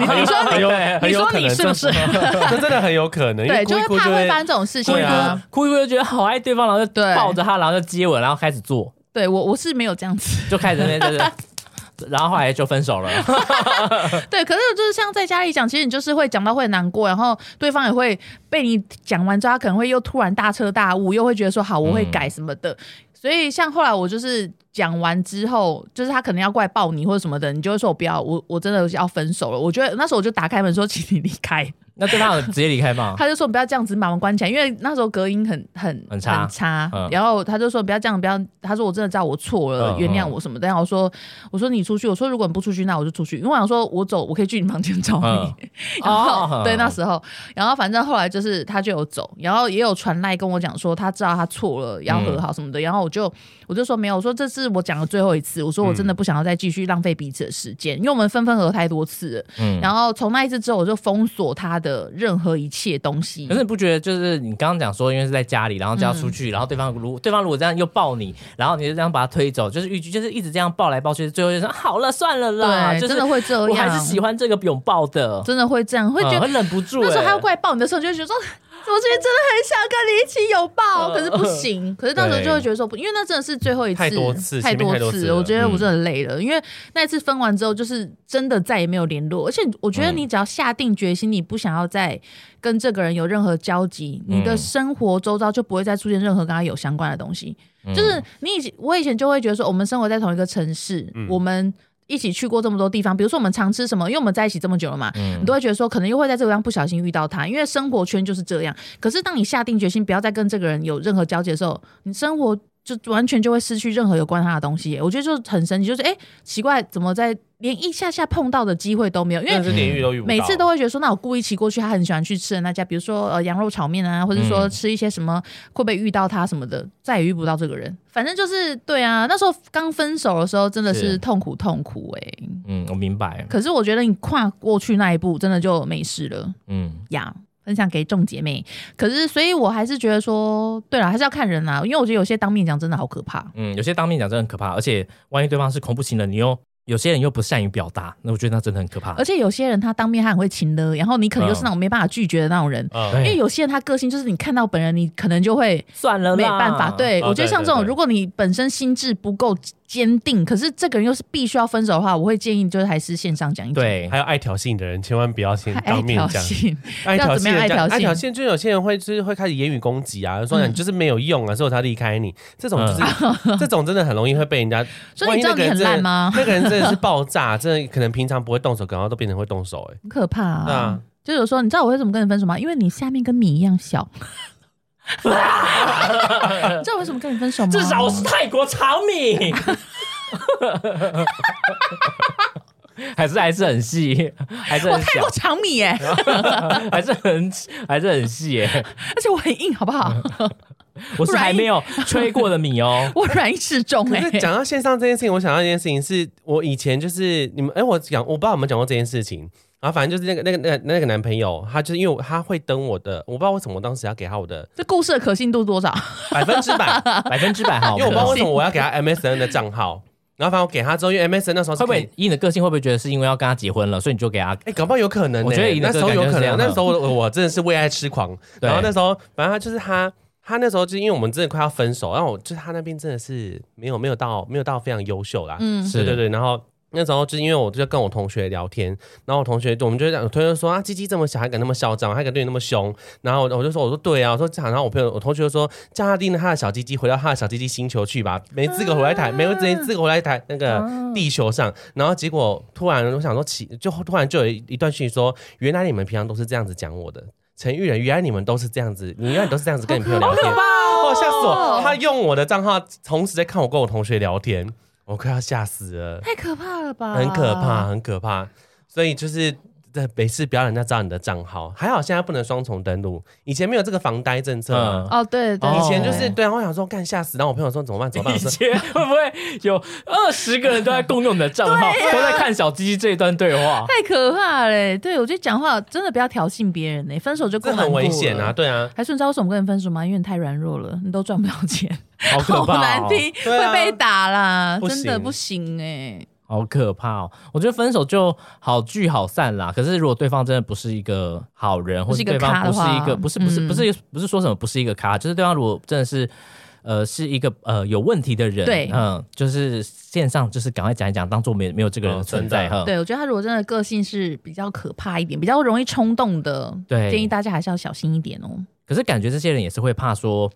Speaker 2: 你 你说
Speaker 1: 很有
Speaker 2: 你
Speaker 1: 很
Speaker 2: 你
Speaker 1: 有
Speaker 2: 说
Speaker 1: 可
Speaker 2: 你
Speaker 1: 能
Speaker 2: 是不是？
Speaker 1: 这真的很有可能，因
Speaker 2: 对，
Speaker 1: 为
Speaker 2: 就
Speaker 1: 哭
Speaker 2: 是
Speaker 1: 一哭
Speaker 2: 怕
Speaker 1: 就
Speaker 2: 会
Speaker 1: 会
Speaker 2: 发生这种事情
Speaker 1: 对啊。
Speaker 3: 哭一哭就觉得好爱对方，然后就
Speaker 2: 对
Speaker 3: 抱着他，然后就接吻，然后开始做，
Speaker 2: 对我我是没有这样 子，
Speaker 3: 就开始那边就是，然后后来就分手了。
Speaker 2: 对，可是就是像在家里讲，其实你就是会讲到会难过，然后对方也会被你讲完之后，他可能会又突然大彻大悟，又会觉得说好我会改什么的。所以像后来我就是讲完之后，就是他可能要过来抱你或者什么的，你就会说我不要，我我真的要分手了。我觉得那时候我就打开门说，请你离开。
Speaker 3: 那对方有直接离开吗？
Speaker 2: 他就说不要这样子把门关起来，因为那时候隔音很很
Speaker 3: 嗯很差嗯
Speaker 2: 然后他就说不要这样，不要。他说我真的知道我错了，
Speaker 3: 嗯
Speaker 2: 原谅我什么的。然后我说我说你出去，我说如果你不出去，那我就出去，因为我想说我走，我可以去你房间找你。
Speaker 3: 嗯
Speaker 2: 然后、
Speaker 3: 哦
Speaker 2: 对那时候，然后反正后来就是他就有走，然后也有传来跟我讲说他知道他错了，要和好什么的。然后我就我就说没有，我说这是我讲的最后一次，我说我真
Speaker 3: 嗯
Speaker 2: 的不想要再继续浪费彼此的时间，因为我们分分合合太多次了。
Speaker 3: 嗯
Speaker 2: 然后从那一次之后，我就封锁他的任何一切东西。
Speaker 3: 可是你不觉得就是你刚刚讲说，因为是在家里，然后就要出去，然后对方如对方如果这样又抱你，然后你就这样把他推走，就是一句就是一直这样抱来抱去，最后就说好了算了啦，
Speaker 2: 对，
Speaker 3: 就是
Speaker 2: 真的会这样，
Speaker 3: 我还是喜欢这个拥抱的，
Speaker 2: 真的会这样，会觉
Speaker 3: 嗯
Speaker 2: 得、
Speaker 3: 会忍不住、欸。
Speaker 2: 那时候他要过来抱你的时候，你就会觉得说，我最近真的很想跟你一起拥抱，
Speaker 3: 呃
Speaker 2: 可是不行。可是那时候就会觉得说不，因为那真的是最后一次，
Speaker 1: 太多次
Speaker 2: 太
Speaker 1: 前面
Speaker 2: 多
Speaker 1: 太多次了
Speaker 2: 我觉得我真
Speaker 3: 嗯
Speaker 2: 的累了，因为那一次分完之后，就是真的再也没有联络。而且我觉得
Speaker 3: 嗯
Speaker 2: 你只要下定决心，你不想要再跟这个人有任何交集，
Speaker 3: 嗯
Speaker 2: 你的生活周遭就不会再出现任何跟他有相关的东西。就是你以前，我以前就会觉得说，我们生活在同一个城市，我们。一起去过这么多地方，比如说我们常吃什么，因为我们在一起这么久了嘛，你都会觉得说，可能又会在这个地方不小心遇到他，因为生活圈就是这样。可是当你下定决心不要再跟这个人有任何交集的时候，你生活就完全就会失去任何有关他的东西耶。我觉得就很神奇，就是哎、诶奇怪，怎么在连一下下碰到的机会都没有？因
Speaker 1: 真的
Speaker 2: 为
Speaker 1: 是连遇都遇不到，
Speaker 2: 每次都会觉得说，那我故意骑过去，他很喜欢去吃的那家，比如说呃羊肉炒面啊，或者
Speaker 1: 嗯
Speaker 2: 说吃一些什么，会不会遇到他什么的，再也遇不到这个人。反正就是对啊，那时候刚分手的时候真的是
Speaker 3: 是
Speaker 2: 痛苦痛苦哎、
Speaker 3: 嗯，我明白，
Speaker 2: 可是我觉得你跨过去那一步，真的就没事了。
Speaker 3: 嗯，
Speaker 2: 呀，分享给众姐妹。可是，所以我还是觉得说，对了，还是要看人啦，啊因为我觉得有些当面讲真的好可怕。
Speaker 3: 嗯，有些当面讲真的很可怕，而且万一对方是恐怖情人，你又有些人又不善于表达，那我觉得那真的很可怕
Speaker 2: 而。且有些人他当面他很会情的，然后你可能又是那种没办法拒绝的那种人，
Speaker 1: 嗯
Speaker 3: 对
Speaker 2: 因为有些人他个性就是你看到本人，你可能就会
Speaker 3: 算了
Speaker 2: 呃
Speaker 3: 啦，
Speaker 2: 没办法。，对
Speaker 1: 哦
Speaker 2: 我觉得像这种，
Speaker 1: 对对对
Speaker 2: 如果你本身心智不够坚定，可是这个人又是必须要分手的话，我会建议就是还是线上讲一讲，
Speaker 3: 对，
Speaker 1: 还有爱挑衅的人，千万不 要先
Speaker 2: 太爱
Speaker 1: 当面
Speaker 2: 挑
Speaker 1: 讲。
Speaker 2: 衅，
Speaker 1: 爱挑
Speaker 2: 要怎么
Speaker 1: 衅
Speaker 2: 样
Speaker 1: 人家，
Speaker 2: 爱挑衅
Speaker 1: 爱挑衅，就有些人会就是会开始言语攻击啊，说你就是没有用啊，所以我才离开你。这种就是、 这种真的很容易会被人 家。
Speaker 2: 嗯 所以你知道
Speaker 1: 万一那个
Speaker 2: 你很
Speaker 1: 人真的
Speaker 2: 烂吗？
Speaker 1: 那个人真的是爆炸， 真的可能平常不会动手，可能都变成会动手、欸。
Speaker 2: 很可怕啊！
Speaker 1: 对啊
Speaker 2: 就有时候你知道我为什么跟你分手吗？因为你下面跟米一样小。 你知道我为什么跟你分手吗？
Speaker 3: 至少我是泰国炒米。 还是还是很 细，还是
Speaker 2: 我
Speaker 3: 很
Speaker 2: 太过
Speaker 3: 小，
Speaker 2: 长米耶、
Speaker 3: 还是很还是很细耶、
Speaker 2: 而且我很硬，好不好？。
Speaker 3: 我是还没有吹过的米哦
Speaker 2: 我软硬适中
Speaker 1: 可
Speaker 2: 哎、
Speaker 1: 是讲到线上这件事情，我想到一件事情，是我以前就是你们哎、我讲我不知道有没有讲过这件事情，然后反正就是那个那个那个那个男朋友，他就是因为我他会登我的，我不知道为什么我当时要给他我的
Speaker 2: 这故事的可信度多少？
Speaker 1: 百分之百，
Speaker 3: 百分之百哈，
Speaker 1: 因为我不知道为什
Speaker 3: 么。
Speaker 1: 么我要给他 MSN 的账号。然后反正我给他之后，因为 MSN 那时候是
Speaker 3: 会不
Speaker 1: 可以
Speaker 3: 会依你的个性，会不会觉得是因为要跟他结婚了，所以你就给他
Speaker 1: 哎、搞不好有可能、欸。
Speaker 3: 我觉得以那
Speaker 1: 那
Speaker 3: 个
Speaker 1: 时候有
Speaker 3: 感觉
Speaker 1: 可
Speaker 3: 是这样
Speaker 1: 能，
Speaker 3: 的
Speaker 1: 那时候我我真的是为爱痴狂。
Speaker 3: 对
Speaker 1: 然后那时候，反正他就是他，他那时候就是因为我们真的快要分手，然后我就是他那边真的是没有没有到没有到非常优秀啦。
Speaker 2: 嗯，
Speaker 1: 对
Speaker 3: 是
Speaker 1: 对对，然后。那时候就是因为我就跟我同学聊天，然后我同学就我们就讲，我同学就说啊，鸡鸡这么小还敢那么嚣张，还敢对你那么凶，然后我我就说我说对啊，我说然后我朋友我同学就说叫他拎着他的小鸡鸡回到他的小鸡鸡星球去吧，没资格回来台，没有没资格回来台那个地球上。然后结果突然我想说起，就突然就有一一段讯息说，原来你们平常都是这样子讲我的，陈玉人，原来你们都是这样子，你原来都是这样子跟你朋友聊天，哦吓死我！他用我的账号同时在看我跟我同学聊天，我快要吓死了，
Speaker 2: 太可怕了吧？
Speaker 1: 很可怕，。很可怕。所以就是。在每次不要让人家知道你的账号，还好现在不能双重登录，以前没有这个防呆政策啊、
Speaker 3: 嗯
Speaker 2: 哦，对对，
Speaker 3: 哦
Speaker 1: 以前就是对啊，我想说干吓死，然后我朋友说怎 么办怎么办，
Speaker 3: 以
Speaker 1: 我说
Speaker 3: 前会不会有二十个人都在共用你的账号，都在看小鸡鸡这一段对话？
Speaker 2: 太可怕了欸。对我觉得讲话真的不要挑衅别人呢，欸分手就够
Speaker 1: 这很
Speaker 2: 难过
Speaker 1: 危险
Speaker 2: 了
Speaker 1: 啊，。对啊，
Speaker 2: 还说你知道为什么我跟你分手吗？因为你太软弱了，你都赚不到钱，
Speaker 3: 好可
Speaker 2: 好
Speaker 3: 怕、哦，
Speaker 2: 难听，
Speaker 1: 对 啊
Speaker 2: 会被打啦，
Speaker 1: 不
Speaker 2: 真的
Speaker 1: 行
Speaker 2: 不行哎。
Speaker 3: 好可怕哦！我觉得分手就好聚好散啦。可是如果对方真的不是一个好人，或
Speaker 2: 不是
Speaker 3: 是
Speaker 2: 一个
Speaker 3: 对方
Speaker 2: 咖的
Speaker 3: 不是
Speaker 2: 话
Speaker 3: 一个不是不是
Speaker 2: 嗯
Speaker 3: 不是不是说什么不是一个咖，就是对方如果真的是呃是一个呃有问题的人，
Speaker 2: 对
Speaker 3: 嗯，就是线上就是赶快讲一讲，当做没没有这个人
Speaker 1: 哦
Speaker 3: 存在
Speaker 1: 真的
Speaker 3: 哈。
Speaker 2: 对，我觉得他如果真的个性是比较可怕一点，比较容易冲动的，
Speaker 3: 对
Speaker 2: 建议大家还是要小心一点哦。
Speaker 3: 可是感觉这些人也是会怕说，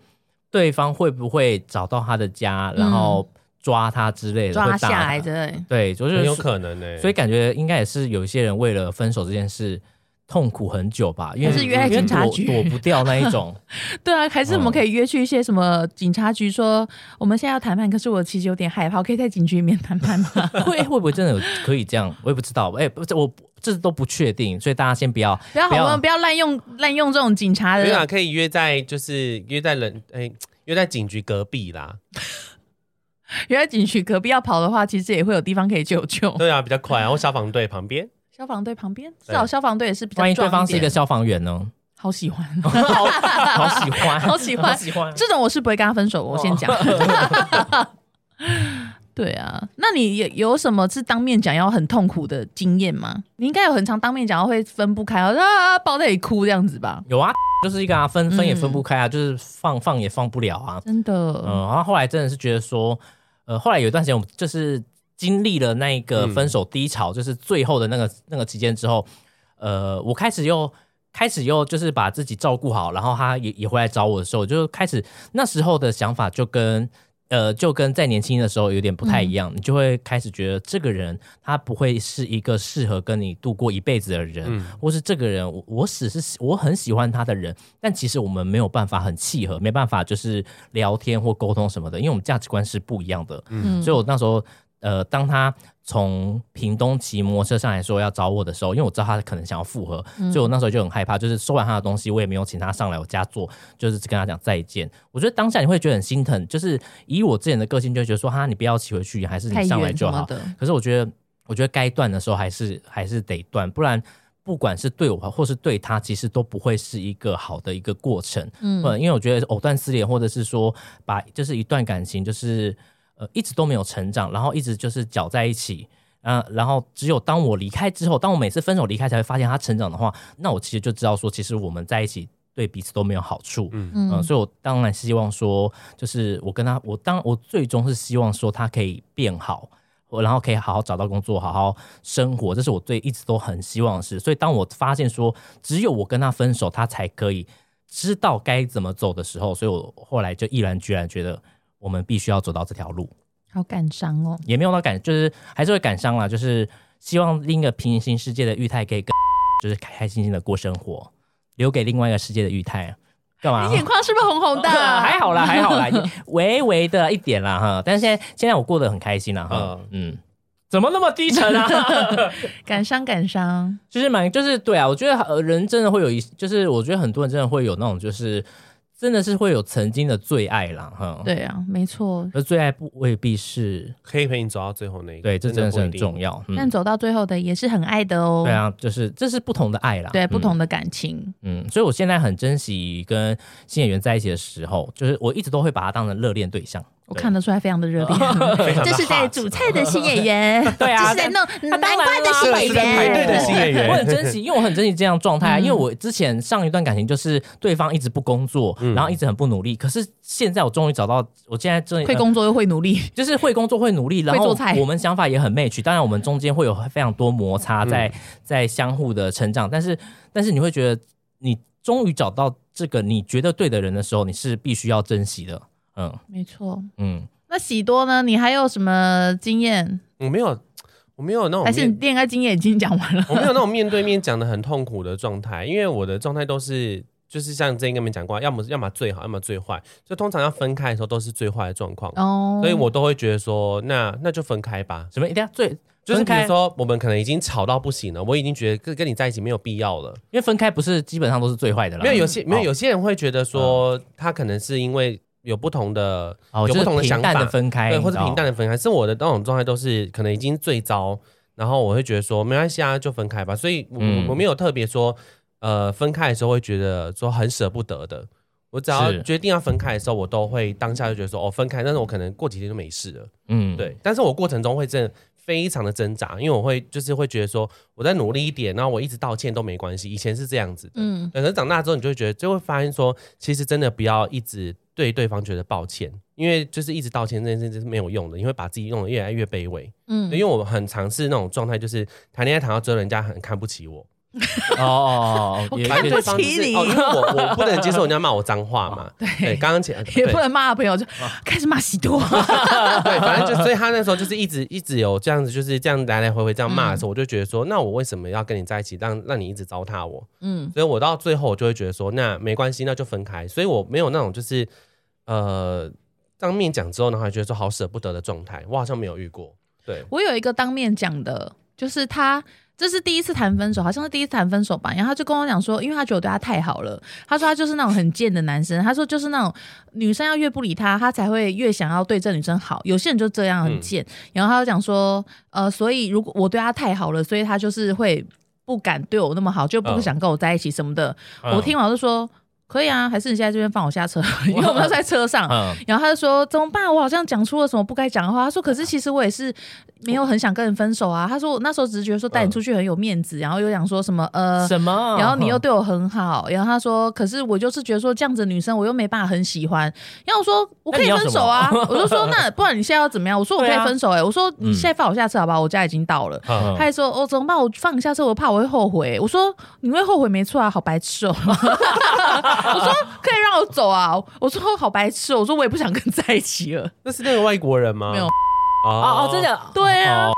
Speaker 3: 对方会不会找到他的家，然后抓他之类的，
Speaker 2: 嗯抓他
Speaker 3: 会打
Speaker 2: 下来，对，
Speaker 3: 对，就
Speaker 1: 很
Speaker 3: 是
Speaker 1: 有可能欸呢、
Speaker 3: 所以感觉应该也是有一些人为了分手这件事痛苦很久吧，因为
Speaker 2: 还是约在警察局
Speaker 3: 因为躲躲不掉那一种。
Speaker 2: 对啊，还是我们可以约去一些什么警察局说，我们现在要谈判，可是我其实有点害怕，我可以在警局里面谈判吗？
Speaker 3: 会会不会真的有可以这样？我也不知道，哎、不，这我这都不确定，所以大家先不要
Speaker 2: 不要，
Speaker 3: 不要
Speaker 2: 我们不要滥用滥用这种警察
Speaker 1: 没有啊，
Speaker 2: 的，
Speaker 1: 可以约在就是约在人哎、约在警局隔壁啦。
Speaker 2: 原来警局隔壁要跑的话，其实也会有地方可以救救。
Speaker 3: 哦
Speaker 1: 对啊，比较快啊，然后消防队旁边。
Speaker 2: 消防队旁边，至
Speaker 1: 对
Speaker 2: 少消防队也是比较
Speaker 3: 万一对
Speaker 2: 壮
Speaker 3: 方
Speaker 2: 一
Speaker 3: 是一
Speaker 2: 点
Speaker 3: 个消防员呢？
Speaker 2: 好喜欢，
Speaker 3: 好好喜欢，
Speaker 2: 好喜欢
Speaker 3: 好喜欢。
Speaker 2: 这种我是不会跟他分手 的。我先讲。哦 对啊，那你有有什么是当面讲要很痛苦的经验吗？你应该有很常当面讲要会分不开，啊，抱在一起哭这样子吧？
Speaker 3: 有啊，就是一个啊，分分也分
Speaker 2: 嗯
Speaker 3: 不开啊，就是放放也放不了啊。
Speaker 2: 真的，
Speaker 3: 嗯，然后后来真的是觉得说，呃，后来有一段时间我们就是经历了那一个
Speaker 1: 嗯
Speaker 3: 分手低潮，就是最后的那个那个期间之后，呃，我开始又开始又就是把自己照顾好，然后他也也回来找我的时候，我就开始那时候的想法就跟。呃，就跟在年轻的时候有点不太一样，你就会开始觉得这个人他不会是一个适合跟你度过一辈子的人，
Speaker 1: 嗯
Speaker 3: 或是这个人我我只是喜我很喜欢他的人，但其实我们没有办法很契合，没办法就是聊天或沟通什么的，因为我们价值观是不一样的。
Speaker 2: 嗯，
Speaker 3: 所以我那时候，呃，当他从屏东骑摩托车上来说要找我的时候，因为我知道他可能想要复合，
Speaker 2: 嗯
Speaker 3: 所以我那时候就很害怕，就是收完他的东西，我也没有请他上来我家坐，就是只跟他讲再见。我觉得当下你会觉得很心疼，就是以我之前的个性，就会觉得说哈，你不要骑回去，还是
Speaker 2: 太
Speaker 3: 你上来
Speaker 2: 远
Speaker 3: 就
Speaker 2: 什么
Speaker 3: 好。
Speaker 2: 的，
Speaker 3: 可是我觉得，我觉得该断的时候还是还是得断，不然不管是对我或是对他，其实都不会是一个好的一个过程。
Speaker 2: 嗯
Speaker 3: 嗯，因为我觉得藕断丝连，或者是说把就是一段感情就是呃一直都没有成长，然后一直就是搅在一起。啊、然后只有当我离开之后，当我每次分手离开，才会发现他成长的话，那我其实就知道说，其实我们在一起对彼此都没有好处。
Speaker 2: 嗯
Speaker 3: 嗯，所以我当然希望说，就是我跟他，我当我最终是希望说他可以变好，我然后可以好好找到工作，好好生活，这是我最一直都很希望的事。所以当我发现说，只有我跟他分手，他才可以知道该怎么走的时候，所以我后来就毅然决然觉得，我们必须要走到这条路，
Speaker 2: 好感伤哦。
Speaker 3: 也没有到感，就是还是会感伤啦，就是希望另一个平行世界的玉泰可以跟，就是开开心心的过生活，留给另外一个世界的玉泰。啊干嘛？
Speaker 2: 你眼眶是不是红 红的？
Speaker 3: 还好啦，还好啦，微微的一点啦哈。但是现在现在我过得很开心啦哈
Speaker 1: 嗯，
Speaker 3: 嗯。怎么那么低沉 啊？
Speaker 2: 感伤感伤，
Speaker 3: 就是蛮，就是对啊，我觉得呃人真的会有一，就是我觉得很多人真的会有那种，就是真的是会有曾经的最爱啦，哈。，
Speaker 2: 对啊，没错。
Speaker 3: 而最爱不未必是
Speaker 1: 可以陪你走到最后那一个，
Speaker 3: 对，这真的是
Speaker 1: 不
Speaker 3: 很
Speaker 1: 一定
Speaker 3: 重要。
Speaker 2: 但
Speaker 3: 嗯，
Speaker 2: 走到最后的也是很爱的哦。
Speaker 3: 对，啊，就是这是不同的爱啦，
Speaker 2: 对不
Speaker 3: 嗯
Speaker 2: 同的感情，
Speaker 3: 嗯，所以我现在很珍惜跟新演员在一起的时候，就是我一直都会把他当成热恋对象。
Speaker 2: 我
Speaker 3: 对
Speaker 2: 看得出来非常的热烈。
Speaker 1: 非常的
Speaker 2: 这是在
Speaker 1: hot
Speaker 2: 煮菜的新演 员，
Speaker 3: 对啊
Speaker 2: 这是在弄南
Speaker 3: 当然
Speaker 2: 瓜的
Speaker 3: 啦
Speaker 2: 新演
Speaker 1: 这啊是在
Speaker 2: 员，
Speaker 1: 排队的新演
Speaker 3: 我
Speaker 1: 员，
Speaker 3: 很珍惜，因为我很珍惜这样的状态啊、
Speaker 2: 嗯
Speaker 3: 因为我之前上一段感情就是对方一直不工作，
Speaker 1: 嗯
Speaker 3: 然后一直很不努力。可是现在我终于找到，我现在真的
Speaker 2: 会工作又会努力，
Speaker 3: 就是会工作会努力，然
Speaker 2: 会做
Speaker 3: 后
Speaker 2: 菜
Speaker 3: 我们想法也很 match，当然我们中间会有非常多摩擦
Speaker 1: 嗯
Speaker 3: 在、在相互的成长，但是但是你会觉得你终于找到这个你觉得对的人的时候，你是必须要珍惜的。嗯
Speaker 2: 没错。
Speaker 3: 嗯，
Speaker 2: 那喜多呢？你还有什么经验？
Speaker 1: 我没有，哦我没有那种
Speaker 2: 还是
Speaker 1: 面
Speaker 2: 你恋爱经验已经讲完了？
Speaker 1: 我没有那种面对面讲的很痛苦的状态，因为我的状态都是就是像之前跟你们讲过，要么要么最好，要么最坏，所以通常要分开的时候都是最坏的状况，
Speaker 2: 哦，
Speaker 1: 所以我都会觉得说，那那就分开吧。
Speaker 3: 什么？等一下最
Speaker 1: 就是
Speaker 3: 分
Speaker 1: 比如
Speaker 3: 开
Speaker 1: 说，我们可能已经吵到不行了，我已经觉得跟跟你在一起没有必要了。
Speaker 3: 因为分开不是基本上都是最坏的啦。
Speaker 1: 没有有些没有
Speaker 3: 有
Speaker 1: 有些人会觉得说，
Speaker 3: 嗯
Speaker 1: 他可能是因为有不同的
Speaker 3: 哦，
Speaker 1: 有
Speaker 3: 就是
Speaker 1: 不同的
Speaker 3: 平
Speaker 1: 想法
Speaker 3: 淡的分开，
Speaker 1: 对，或
Speaker 3: 哎你
Speaker 1: 者
Speaker 3: 知道
Speaker 1: 平淡的分开。是我的那种状态都是可能已经最糟，然后我会觉得说没关系啊，就分开吧。所以我、
Speaker 3: 嗯
Speaker 1: 我没有特别说，呃，分开的时候会觉得说很舍不得的。我只要
Speaker 3: 是
Speaker 1: 决定要分开的时候，我都会当下就觉得说哦分开，但是我可能过几天就没事了。
Speaker 3: 嗯，
Speaker 1: 对，但是我过程中会真的非常的挣扎，因为我会就是会觉得说我再努力一点，然后我一直道歉都没关系。以前是这样子的，
Speaker 2: 嗯，
Speaker 1: 对，可是长大之后，你就会觉得，就会发现说，其实真的不要一直对对方觉得抱歉，因为就是一直道歉这件事情是没有用的，你会把自己弄得越来越卑微。
Speaker 2: 嗯，
Speaker 1: 因为我很尝试那种状态，就是谈恋爱谈到最后，人家很看不起我，
Speaker 3: 哦哦 哦，也
Speaker 2: 看
Speaker 3: 也
Speaker 2: 不
Speaker 1: 对
Speaker 2: 起
Speaker 1: 方就是
Speaker 2: 你
Speaker 1: 哦，因为我我不能接受人家骂我脏话嘛。对，
Speaker 2: 对，
Speaker 1: 刚刚前
Speaker 2: 也
Speaker 1: 对
Speaker 2: 不能骂朋友，就
Speaker 1: 啊
Speaker 2: 开始骂喜多。
Speaker 1: 对，反正就所以他那时候就是一直一直有这样子，就是这样来来回回这样骂的时
Speaker 2: 嗯
Speaker 1: 候，我就觉得说，那我为什么要跟你在一起，让让你一直糟蹋我？
Speaker 2: 嗯，
Speaker 1: 所以我到最后我就会觉得说，那没关系，那就分开。所以我没有那种就是呃当面讲之后，然后还觉得说好舍不得的状态，我好像没有遇过。对，
Speaker 2: 我有一个当面讲的，就是他。这是第一次谈分手，好像是第一次谈分手吧。然后他就跟我讲说，因为他觉得我对他太好了，他说他就是那种很贱的男生，他说就是那种女生要越不理他，他才会越想要对这女生好。有些人就这样很贱。然后他就讲说，呃，所以如果我对他太好了，所以他就是会不敢对我那么好，就不
Speaker 1: 嗯
Speaker 2: 想跟我在一起什么的。
Speaker 3: 嗯
Speaker 2: 我听完我就说，可以啊，还是你现在这边放我下车， 因为我们都在车上。
Speaker 3: 嗯
Speaker 2: 然后他就说怎么办？我好像讲出了什么不该讲的话。他说，
Speaker 3: 啊
Speaker 2: 可是其实我也是没有很想跟你分手啊。他说我那时候只是觉得说带你出去很有面子，然后又想说什么呃。
Speaker 3: 什么？嗯
Speaker 2: 然后你又对我很好，然后他说：“可是我就是觉得说这样子的女生我又没办法很喜欢。”然后我说：“我可以分手啊！”我就说：“那不然你现在要怎么样？”我说：“我可
Speaker 3: 对
Speaker 2: 以
Speaker 3: 啊
Speaker 2: 分手、欸。”哎，我说：“你现在放我下车好吧，我家已经到了。”
Speaker 3: 嗯
Speaker 2: 他还说：“哦，怎么办？我放你下车，我怕我会后悔。”我说：“你会后悔没错啊，好白痴哦。” 我说：“可以让我走啊。”我说：“好白痴哦。”我说：“我也不想跟在一起了。
Speaker 1: 那是那个外国人吗？
Speaker 2: 没有
Speaker 1: 哦
Speaker 3: 哦哦，真的。
Speaker 2: 对啊
Speaker 3: 哦，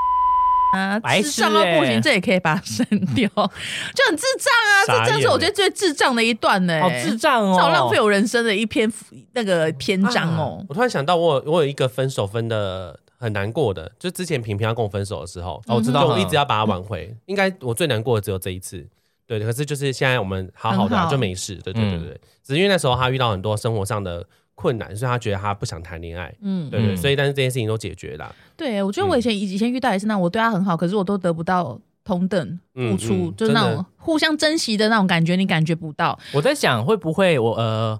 Speaker 2: 啊，
Speaker 3: 白
Speaker 2: 智
Speaker 3: 痴
Speaker 2: 障到不行，
Speaker 3: 欸
Speaker 2: 这也可以把它删掉， 就很智 障啊！
Speaker 1: 傻
Speaker 2: 这真的是
Speaker 1: 眼欸
Speaker 2: 我觉得最智障的一段呢、
Speaker 3: 好智障
Speaker 2: 这
Speaker 3: 哦，
Speaker 2: 好浪费我人生的一篇那个篇章哦。
Speaker 1: 啊
Speaker 3: 啊
Speaker 1: 我突然想到我有，我有一个分手分的很难过的，就之前平平要跟我分手的时候，
Speaker 3: 哦，我知
Speaker 1: 就
Speaker 3: 道，
Speaker 1: 我
Speaker 2: 嗯
Speaker 1: 一直要把它挽回。应该我最难过的只有这一次。对，可是就是现在我们好好的、
Speaker 2: 很
Speaker 1: 啊、
Speaker 2: 好嗯
Speaker 1: 就没事。对对对对，对只是因为那时候他遇到很多生活上的困难，所以他觉得他不想谈恋爱。
Speaker 2: 嗯，
Speaker 1: 对对，嗯
Speaker 3: 嗯
Speaker 1: 所以但是这件事情都解决了。
Speaker 2: 对，我觉得我以前以前遇到也是那样，我对他很好，可是我都得不到同等付
Speaker 1: 嗯
Speaker 2: 出，
Speaker 1: 嗯
Speaker 2: 就是那
Speaker 1: 真的
Speaker 2: 种互相珍惜的那种感觉，你感觉不到。
Speaker 3: 我在想会不会我呃。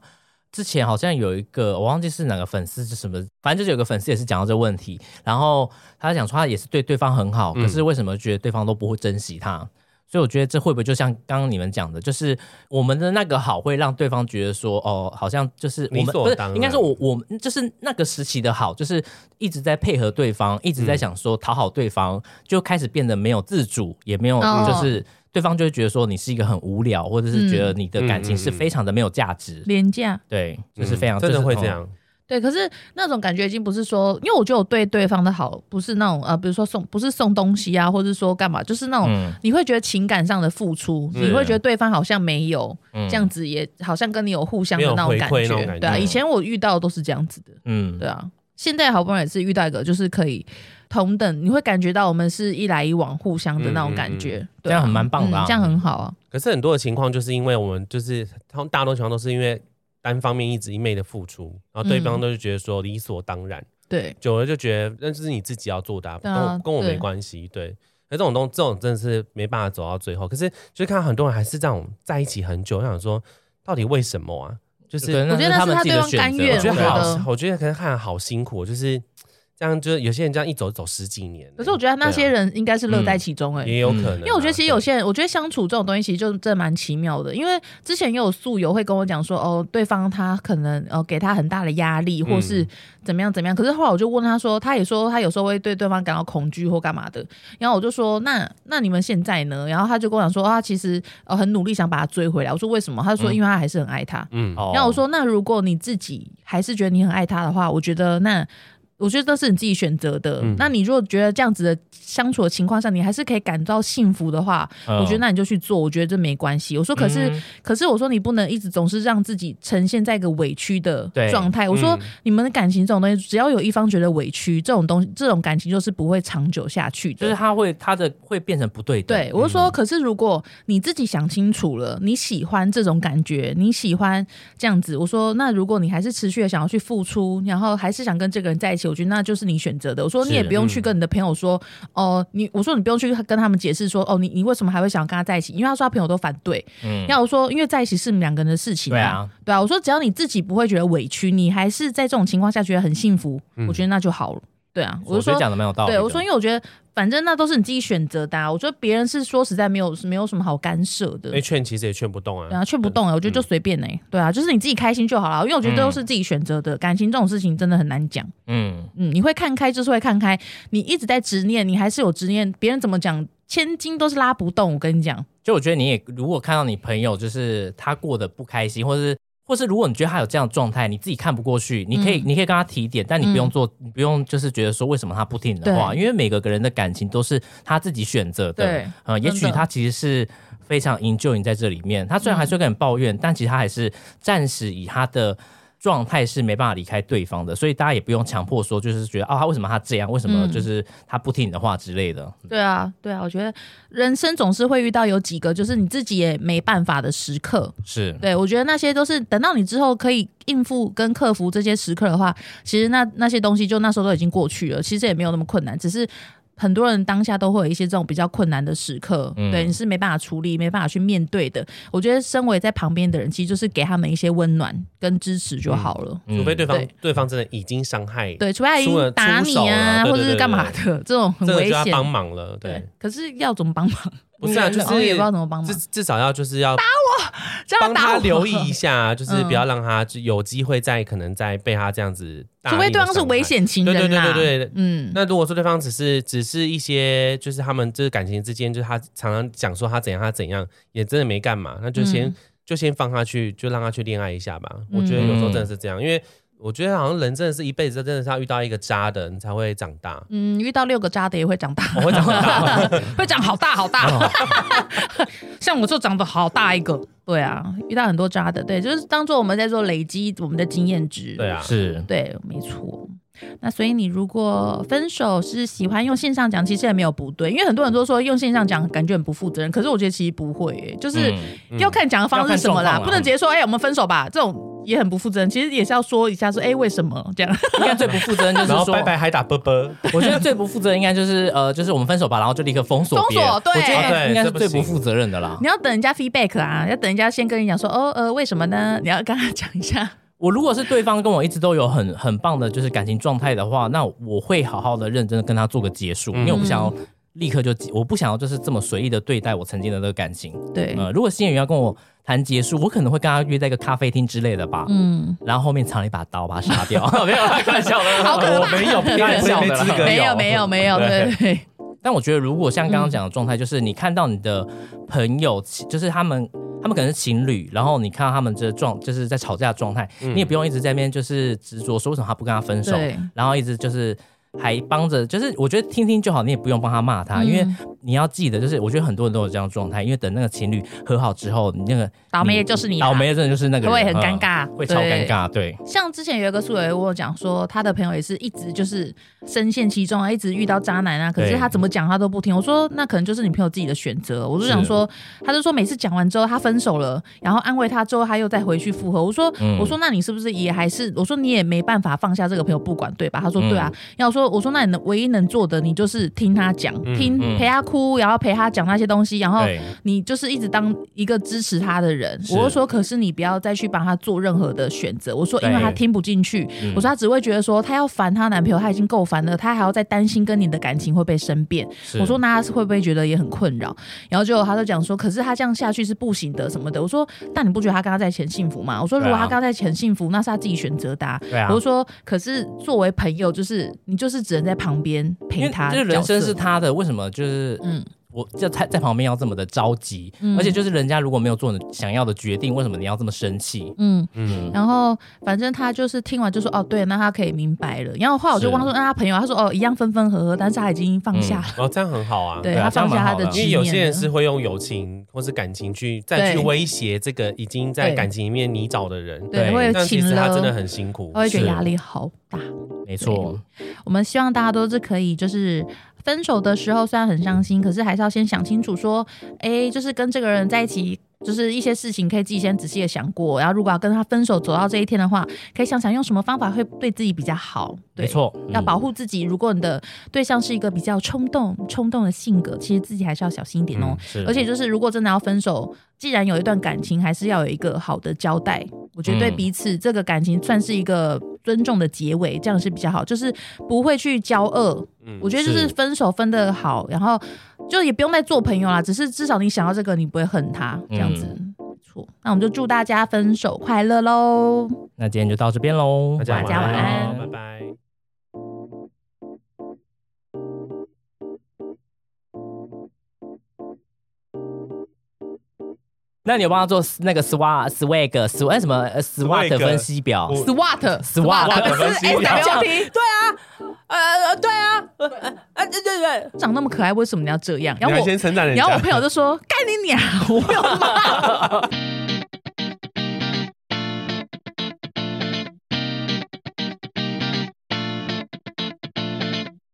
Speaker 3: 之前好像有一个我忘记是哪个粉丝是什么，反正就是有个粉丝也是讲到这个问题，然后他讲说他也是对对方很好，
Speaker 1: 嗯
Speaker 3: 可是为什么觉得对方都不会珍惜他？所以我觉得这会不会就像刚刚你们讲的，就是我们的那个好会让对方觉得说哦，好像就是我们
Speaker 1: 理所
Speaker 3: 不是
Speaker 1: 当然
Speaker 3: 应该说我我们就是那个时期的好，就是一直在配合对方，一直在
Speaker 1: 嗯
Speaker 3: 想说讨好对方，就开始变得没有自主，也没有
Speaker 2: 哦
Speaker 3: 就是对方就会觉得说你是一个很无聊，或者是觉得你的感情
Speaker 1: 嗯
Speaker 3: 是非常的没有价值。
Speaker 2: 廉价。
Speaker 3: 对，
Speaker 2: 嗯
Speaker 3: 就是非常、
Speaker 1: 真的
Speaker 3: 就是哦
Speaker 1: 会
Speaker 2: 哦
Speaker 1: 这。样。
Speaker 2: 对，可是那种感觉已经不是说，因为我觉得我对对方的好，不是那种呃，比如说送，不是送东西啊，或者说干嘛，就是那种、
Speaker 3: 嗯
Speaker 2: 你会觉得情感上的付出，
Speaker 1: 是
Speaker 2: 你会觉得对方好像没有、
Speaker 3: 嗯
Speaker 2: 这样子，也好像跟你有互相的
Speaker 1: 没有
Speaker 2: 那种
Speaker 1: 回
Speaker 2: 感
Speaker 1: 馈
Speaker 2: 觉，
Speaker 1: 那种感觉
Speaker 2: 对啊，
Speaker 1: 嗯
Speaker 2: 以前我遇到的都是这样子的，
Speaker 3: 嗯
Speaker 2: 对啊，现在好不容易也是遇到一个，就是可以同等，你会感觉到我们是一来一往互相的那种感觉，对啊
Speaker 3: 这样很蛮棒的啊
Speaker 2: 嗯这样很好啊，
Speaker 1: 可是很多的情况就是因为我们就是他们大多情况都是因为单方面一直一昧的付出，然后对
Speaker 2: 嗯
Speaker 1: 方都是觉得说理所当然，
Speaker 2: 对，
Speaker 1: 久了就觉得那就是你自己要做的、啊，
Speaker 2: 对
Speaker 1: 跟
Speaker 2: 啊
Speaker 1: 我跟我
Speaker 2: 对
Speaker 1: 没关系。对，那这种东这种真的是没办法走到最后。可是就是看到很多人还是这种在一起很久，我想说到底为什么啊？就是
Speaker 3: 可能
Speaker 2: 我觉得那
Speaker 3: 他
Speaker 2: 是
Speaker 3: 们
Speaker 2: 他
Speaker 3: 自己
Speaker 2: 对
Speaker 3: 的
Speaker 2: 方
Speaker 3: 选
Speaker 2: 甘
Speaker 3: 择，
Speaker 2: 愿
Speaker 1: 我觉
Speaker 2: 对
Speaker 1: 得
Speaker 2: 我觉
Speaker 1: 好，我觉得可能看好辛苦，哦就是这样，就是有些人这样一走就走十几年欸、
Speaker 2: 可是我觉得那些人应该是乐在
Speaker 1: 嗯
Speaker 2: 其中、欸，哎、
Speaker 1: 也有可能啊、
Speaker 2: 因为我觉得其实有
Speaker 1: 对
Speaker 2: 些人，我觉得相处这种东西其实就真的蛮奇妙的。因为之前也有宿友会跟我讲说，哦，对方他可能呃给他很大的压力，或
Speaker 1: 嗯
Speaker 2: 是怎么样怎么样。可是后来我就问他说，他也说他有时候会对对方感到恐惧或干嘛的。然后我就说，那那你们现在呢？然后他就跟我讲说，啊，他其实呃很努力想把他追回来。我说为什么？他就说
Speaker 3: 嗯
Speaker 2: 因为他还是很爱他。
Speaker 1: 嗯，
Speaker 3: 哦
Speaker 2: 然后我说，那如果你自己还是觉得你很爱他的话，我觉得那。我觉得这是你自己选择的。
Speaker 1: 嗯
Speaker 2: 那你如果觉得这样子的相处的情况下，你还是可以感到幸福的话，
Speaker 3: 嗯
Speaker 2: 我觉得那你就去做，我觉得这没关系。我说，可是，
Speaker 3: 嗯
Speaker 2: 可是我说你不能一直总是让自己呈现在一个委屈的
Speaker 3: 对
Speaker 2: 状态。我说，
Speaker 1: 嗯
Speaker 2: 你们的感情这种东西，只要有一方觉得委屈，这种东西，这种感情就是不会长久下去的。
Speaker 3: 就是他会他的会变成不对嗯等，
Speaker 2: 对，我就说，可是如果你自己想清楚了，你喜欢这种感觉，你喜欢这样子，我说，那如果你还是持续的想要去付出，然后还是想跟这个人在一起，我觉得那就是你选择的。我说，
Speaker 3: 是嗯
Speaker 2: 你也不用去跟你的朋友说，哦、你，我说你不用去跟他们解释说，哦，你你为什么还会想跟他在一起？因为他说他朋友都反对。
Speaker 3: 嗯
Speaker 2: 然后我说，因为在一起是你们两个人的事情、
Speaker 3: 对啊，
Speaker 2: 对啊，我说只要你自己不会觉得委屈，你还是在这种情况下觉得很幸福，
Speaker 3: 嗯
Speaker 2: 我觉得那就好了。对啊，我
Speaker 3: 我
Speaker 2: 就
Speaker 3: 觉
Speaker 2: 说
Speaker 3: 得讲的蛮有道理的。
Speaker 2: 对，我说，因为我觉得反正那都是你自己选择的、啊，我觉得别人是说实在没有没有什么好干涉的
Speaker 1: 因。为劝其实也劝不动啊。
Speaker 2: 对啊，劝不动哎、我觉得就随便哎、对啊，就是你自己开心就好了，因为我觉得都
Speaker 3: 嗯
Speaker 2: 是自己选择的，感情这种事情真的很难讲。
Speaker 3: 嗯，
Speaker 2: 嗯，你会看开就是会看开，你一直在执念，你还是有执念，别人怎么讲，千金都是拉不动。我跟你讲，
Speaker 3: 就我觉得你也如果看到你朋友就是他过得不开心，或是或是如果你觉得他有这样的状态，你自己看不过去，你可
Speaker 2: 嗯
Speaker 3: 以、你可以跟他提点，但你不用做，你不用就是觉得说为什么他不听你的话，
Speaker 2: 对
Speaker 3: 因为每个人的感情都是他自己选择的。
Speaker 2: 对，
Speaker 3: 呃，也许
Speaker 2: 真的
Speaker 3: 他其实是非常 enjoy 你在这里面，他虽然
Speaker 2: 嗯
Speaker 3: 还是会跟你抱怨，但其实他还是暂时以他的。状态是没办法离开对方的，所以大家也不用强迫说，就是觉得啊，他为什么他这样，为什么
Speaker 2: 嗯
Speaker 3: 就是他不听你的话之类的。
Speaker 2: 对啊，对啊，我觉得人生总是会遇到有几个就是你自己也没办法的时刻，
Speaker 3: 是，
Speaker 2: 对，我觉得那些都是等到你之后可以应付跟克服这些时刻的话，其实那那些东西就那时候都已经过去了，其实也没有那么困难，只是。很多人当下都会有一些这种比较困难的时刻，
Speaker 3: 嗯
Speaker 2: 对你是没办法处理、没办法去面对的。我觉得身为在旁边的人，其实就是给他们一些温暖跟支持就好了。
Speaker 3: 嗯
Speaker 1: 除非对方
Speaker 2: 对
Speaker 1: 对方真的已经伤害，
Speaker 2: 对，除非他已
Speaker 1: 出了
Speaker 2: 经打你
Speaker 1: 出手
Speaker 2: 啊，
Speaker 1: 了对
Speaker 2: 或者
Speaker 1: 对
Speaker 2: 是
Speaker 1: 对
Speaker 2: 干嘛的，
Speaker 1: 对
Speaker 2: 这种很
Speaker 1: 这个
Speaker 2: 危
Speaker 1: 就要
Speaker 2: 险。
Speaker 1: 帮忙了。对，，
Speaker 2: 可是要怎么帮忙？
Speaker 1: 不是啊，就
Speaker 2: 我
Speaker 1: 是
Speaker 2: 也不知道怎么帮忙
Speaker 1: 至，至少要就是要
Speaker 2: 这样
Speaker 1: 帮
Speaker 2: 打
Speaker 1: 他
Speaker 2: 我
Speaker 1: 留意一下，就是
Speaker 2: 嗯
Speaker 1: 不要让他就有机会再可能再被他这样子大力
Speaker 2: 除
Speaker 1: 地伤害，
Speaker 2: 非对方是危险情人啦。
Speaker 1: 对对对对对
Speaker 2: 嗯，
Speaker 1: 那如果说对方只是只是一些就是他们就是感情之间，就是他常常讲说他怎样他怎样，也真的没干嘛，那就先、
Speaker 2: 嗯
Speaker 1: 就先放他去，就让他去恋爱一下吧。
Speaker 2: 嗯
Speaker 1: 我觉得有时候真的是这样，因为我觉得好像人真的是一辈子真的是要遇到一个渣的，你才会长大。
Speaker 2: 嗯，遇到六个渣的也会长大，
Speaker 3: 哦
Speaker 1: 我会长大，
Speaker 2: 会长好 大好大， 像我就长得好大一个。对啊，遇到很多渣的，对，就是当做我们在做累积我们的经验值。
Speaker 1: 对啊，
Speaker 3: 是，
Speaker 2: 对，没错。那所以你如果分手是喜欢用线上讲，其实也没有不对，因为很多人都说用线上讲感觉很不负责任，可是我觉得其实不会、欸，就是
Speaker 3: 嗯
Speaker 2: 要看讲的方式是什么
Speaker 3: 要看状
Speaker 2: 啦，
Speaker 3: 况啦啊
Speaker 2: 不能直接说哎、我们分手吧，这种也很不负责任，其实也是要说一下说哎、为什么这样，
Speaker 3: 应该最不负责任就是
Speaker 1: 然后
Speaker 3: 说，
Speaker 1: 拜拜还打啵啵，
Speaker 3: 我觉得最不负责任应该就是呃，就是我们分手吧，然后就立刻封锁
Speaker 2: 封
Speaker 3: 别人。
Speaker 2: 锁对啊
Speaker 3: 我觉
Speaker 1: 哦
Speaker 3: 得
Speaker 1: 对
Speaker 3: 应该是
Speaker 1: 这不
Speaker 3: 最
Speaker 1: 行
Speaker 3: 不负责任的啦。
Speaker 2: 你要等人家 feedback 啊，要等人家先跟你讲说，哦，呃，为什么呢？你要跟他讲一下。
Speaker 3: 我如果是对方跟我一直都有很很棒的就是感情状态的话，那我会好好的认真的跟他做个结
Speaker 2: 嗯
Speaker 3: 束，因为我不想要立刻就结，我不想要就是这么随意的对待我曾经的那个感情。
Speaker 2: 对，
Speaker 3: 呃，如果新演员要跟我谈结束，我可能会跟他约在一个咖啡厅之类的吧。
Speaker 2: 嗯，
Speaker 3: 然后后面藏了一把刀，把他杀 掉，没有啦，开玩笑的，
Speaker 2: 好可怕
Speaker 3: 我没有，开玩笑的啦，
Speaker 1: 没资格
Speaker 2: 没有没有没有，对对，
Speaker 3: 但我觉得，如果像
Speaker 2: 嗯
Speaker 3: 刚刚讲的状态，就是你看到你的朋友，其就是他们，他们可能是情侣，然后你看到他们这状，就是在吵架的状态，你也不用一直在那边就是执着说为什么他不跟他分手
Speaker 2: 对，
Speaker 3: 然后一直就是还帮着，就是我觉得听听就好，你也不用帮他骂他，
Speaker 2: 嗯
Speaker 3: 啊因为你要记得，就是我觉得很多人都有这样的状态，因为等那个情侣和好之后，你那个
Speaker 2: 倒霉的就是你啦啊
Speaker 3: 嗯倒霉的真的就是那个人，
Speaker 2: 会很
Speaker 3: 嗯
Speaker 2: 尴尬
Speaker 3: 会超尴
Speaker 2: 对
Speaker 3: 尬，对，
Speaker 2: 像之前有一个素友我有讲说，他的朋友也是一直就是深陷其中啊，一直遇到渣男啊，可是
Speaker 3: 对
Speaker 2: 他怎么讲他都不听。我说那可能就是你朋友自己的选择。我就想说，他就说每次讲完之后他分手了，然后安慰他之后他又再回去复合。我说、
Speaker 3: 嗯
Speaker 2: 我说那你是不是也还是我说你也没办法放下这个朋友不管对吧？他
Speaker 3: 嗯
Speaker 2: 说对啊。要说我说那你能唯一能做的你就是听他讲，
Speaker 1: 嗯
Speaker 2: 听
Speaker 3: 嗯
Speaker 2: 陪他哭，然后陪他讲那些东西，然后
Speaker 3: 对，
Speaker 2: 你就是一直当一个支持他的人。
Speaker 3: 是
Speaker 2: 我就说，可是你不要再去帮他做任何的选择。我说，因为
Speaker 3: 对
Speaker 2: 他听不进去，
Speaker 3: 嗯
Speaker 2: 我说他只会觉得说，他要烦他男朋友，他已经够烦了，他还要再担心跟你的感情会被生变。
Speaker 3: 是
Speaker 2: 我说那他会不会觉得也很困扰？然后结果他就讲说，可是他这样下去是不行的什么的。我说，但你不觉得他跟他在一起很幸福吗？我说，如
Speaker 3: 对啊
Speaker 2: 果他跟他在一起很幸福，那是他自己选择的、啊。
Speaker 3: 对啊
Speaker 2: 我就，说，可是作为朋友，就是你就是只能在旁边
Speaker 3: 因
Speaker 2: 陪
Speaker 3: 为
Speaker 2: 他。
Speaker 3: 这个人生是，他的，为什么就是
Speaker 2: 嗯，
Speaker 3: 我就在在旁边要这么的着急？
Speaker 2: 嗯
Speaker 3: 而且就是人家如果没有做你想要的决定，为什么你要这么生气？
Speaker 2: 嗯。
Speaker 1: 嗯，
Speaker 2: 然后反正他就是听完就说哦，对，那他可以明白了。然后后来我就问他说，那他朋友，他说哦，一样分分合合，但是他已经放下了，
Speaker 1: 哦，这样很好啊。
Speaker 2: 对
Speaker 3: 对啊
Speaker 2: 他放下他的
Speaker 3: 这
Speaker 1: 因
Speaker 2: 执
Speaker 1: 为
Speaker 2: 念了。
Speaker 1: 有些人是会用友情或是感情去再去
Speaker 2: 对
Speaker 1: 威胁这个已经在
Speaker 2: 对
Speaker 1: 感情里面泥沼的人，
Speaker 2: 对
Speaker 3: 对
Speaker 2: 会
Speaker 1: 但其
Speaker 2: 请
Speaker 1: 实他
Speaker 2: 了，
Speaker 1: 真的很辛苦
Speaker 2: 他。会觉得
Speaker 3: 是
Speaker 2: 压力好大。
Speaker 3: 没错，
Speaker 2: 我们希望大家都是可以，就是分手的时候虽然很伤心，可是还是要先想清楚，说，哎，就是跟这个人在一起。就是一些事情可以自己先仔细的想过，然后如果要跟他分手走到这一天的话，可以想想用什么方法会对自己比较好。对
Speaker 3: 没，错，
Speaker 2: 要
Speaker 3: 嗯
Speaker 2: 保护自己。如果你的对象是一个比较冲动、冲动的性格，其实自己还是要小心一点
Speaker 1: 嗯
Speaker 2: 哦。
Speaker 3: 是，
Speaker 2: 而且就是，如果真的要分手，既然有一段感情，还是要有一个好的交代。我觉得对
Speaker 3: 嗯
Speaker 2: 彼此这个感情算是一个尊重的结尾，这样是比较好，就是不会去交恶。
Speaker 1: 嗯
Speaker 2: 我觉得就是
Speaker 3: 是
Speaker 2: 分手分的好，然后就也不用再做朋友啦，只是至少你想要这个，你不会恨他这样子。没错，那我们就祝大家分手快乐喽！
Speaker 3: 那今天就到这边喽，
Speaker 1: 大家哦
Speaker 2: 大家晚安
Speaker 1: 拜拜。
Speaker 3: 那你有帮他做那个 SWAT swag sw 哎什么呃 SWAT
Speaker 1: Swag
Speaker 3: 分析表？
Speaker 1: 我
Speaker 2: SWAT
Speaker 3: SWAT
Speaker 2: 不
Speaker 1: 分
Speaker 2: 是
Speaker 1: 析
Speaker 2: S
Speaker 1: 表
Speaker 2: W T。啊
Speaker 3: 呃呃对啊，呃呃对对对，
Speaker 2: 长那么可爱，为什么你要这样？
Speaker 1: 你
Speaker 2: 然后
Speaker 1: 还
Speaker 2: 我，
Speaker 1: 先称赞人
Speaker 2: 然后我
Speaker 1: 家。
Speaker 2: 朋友就说：“干你娘！”我没有骂。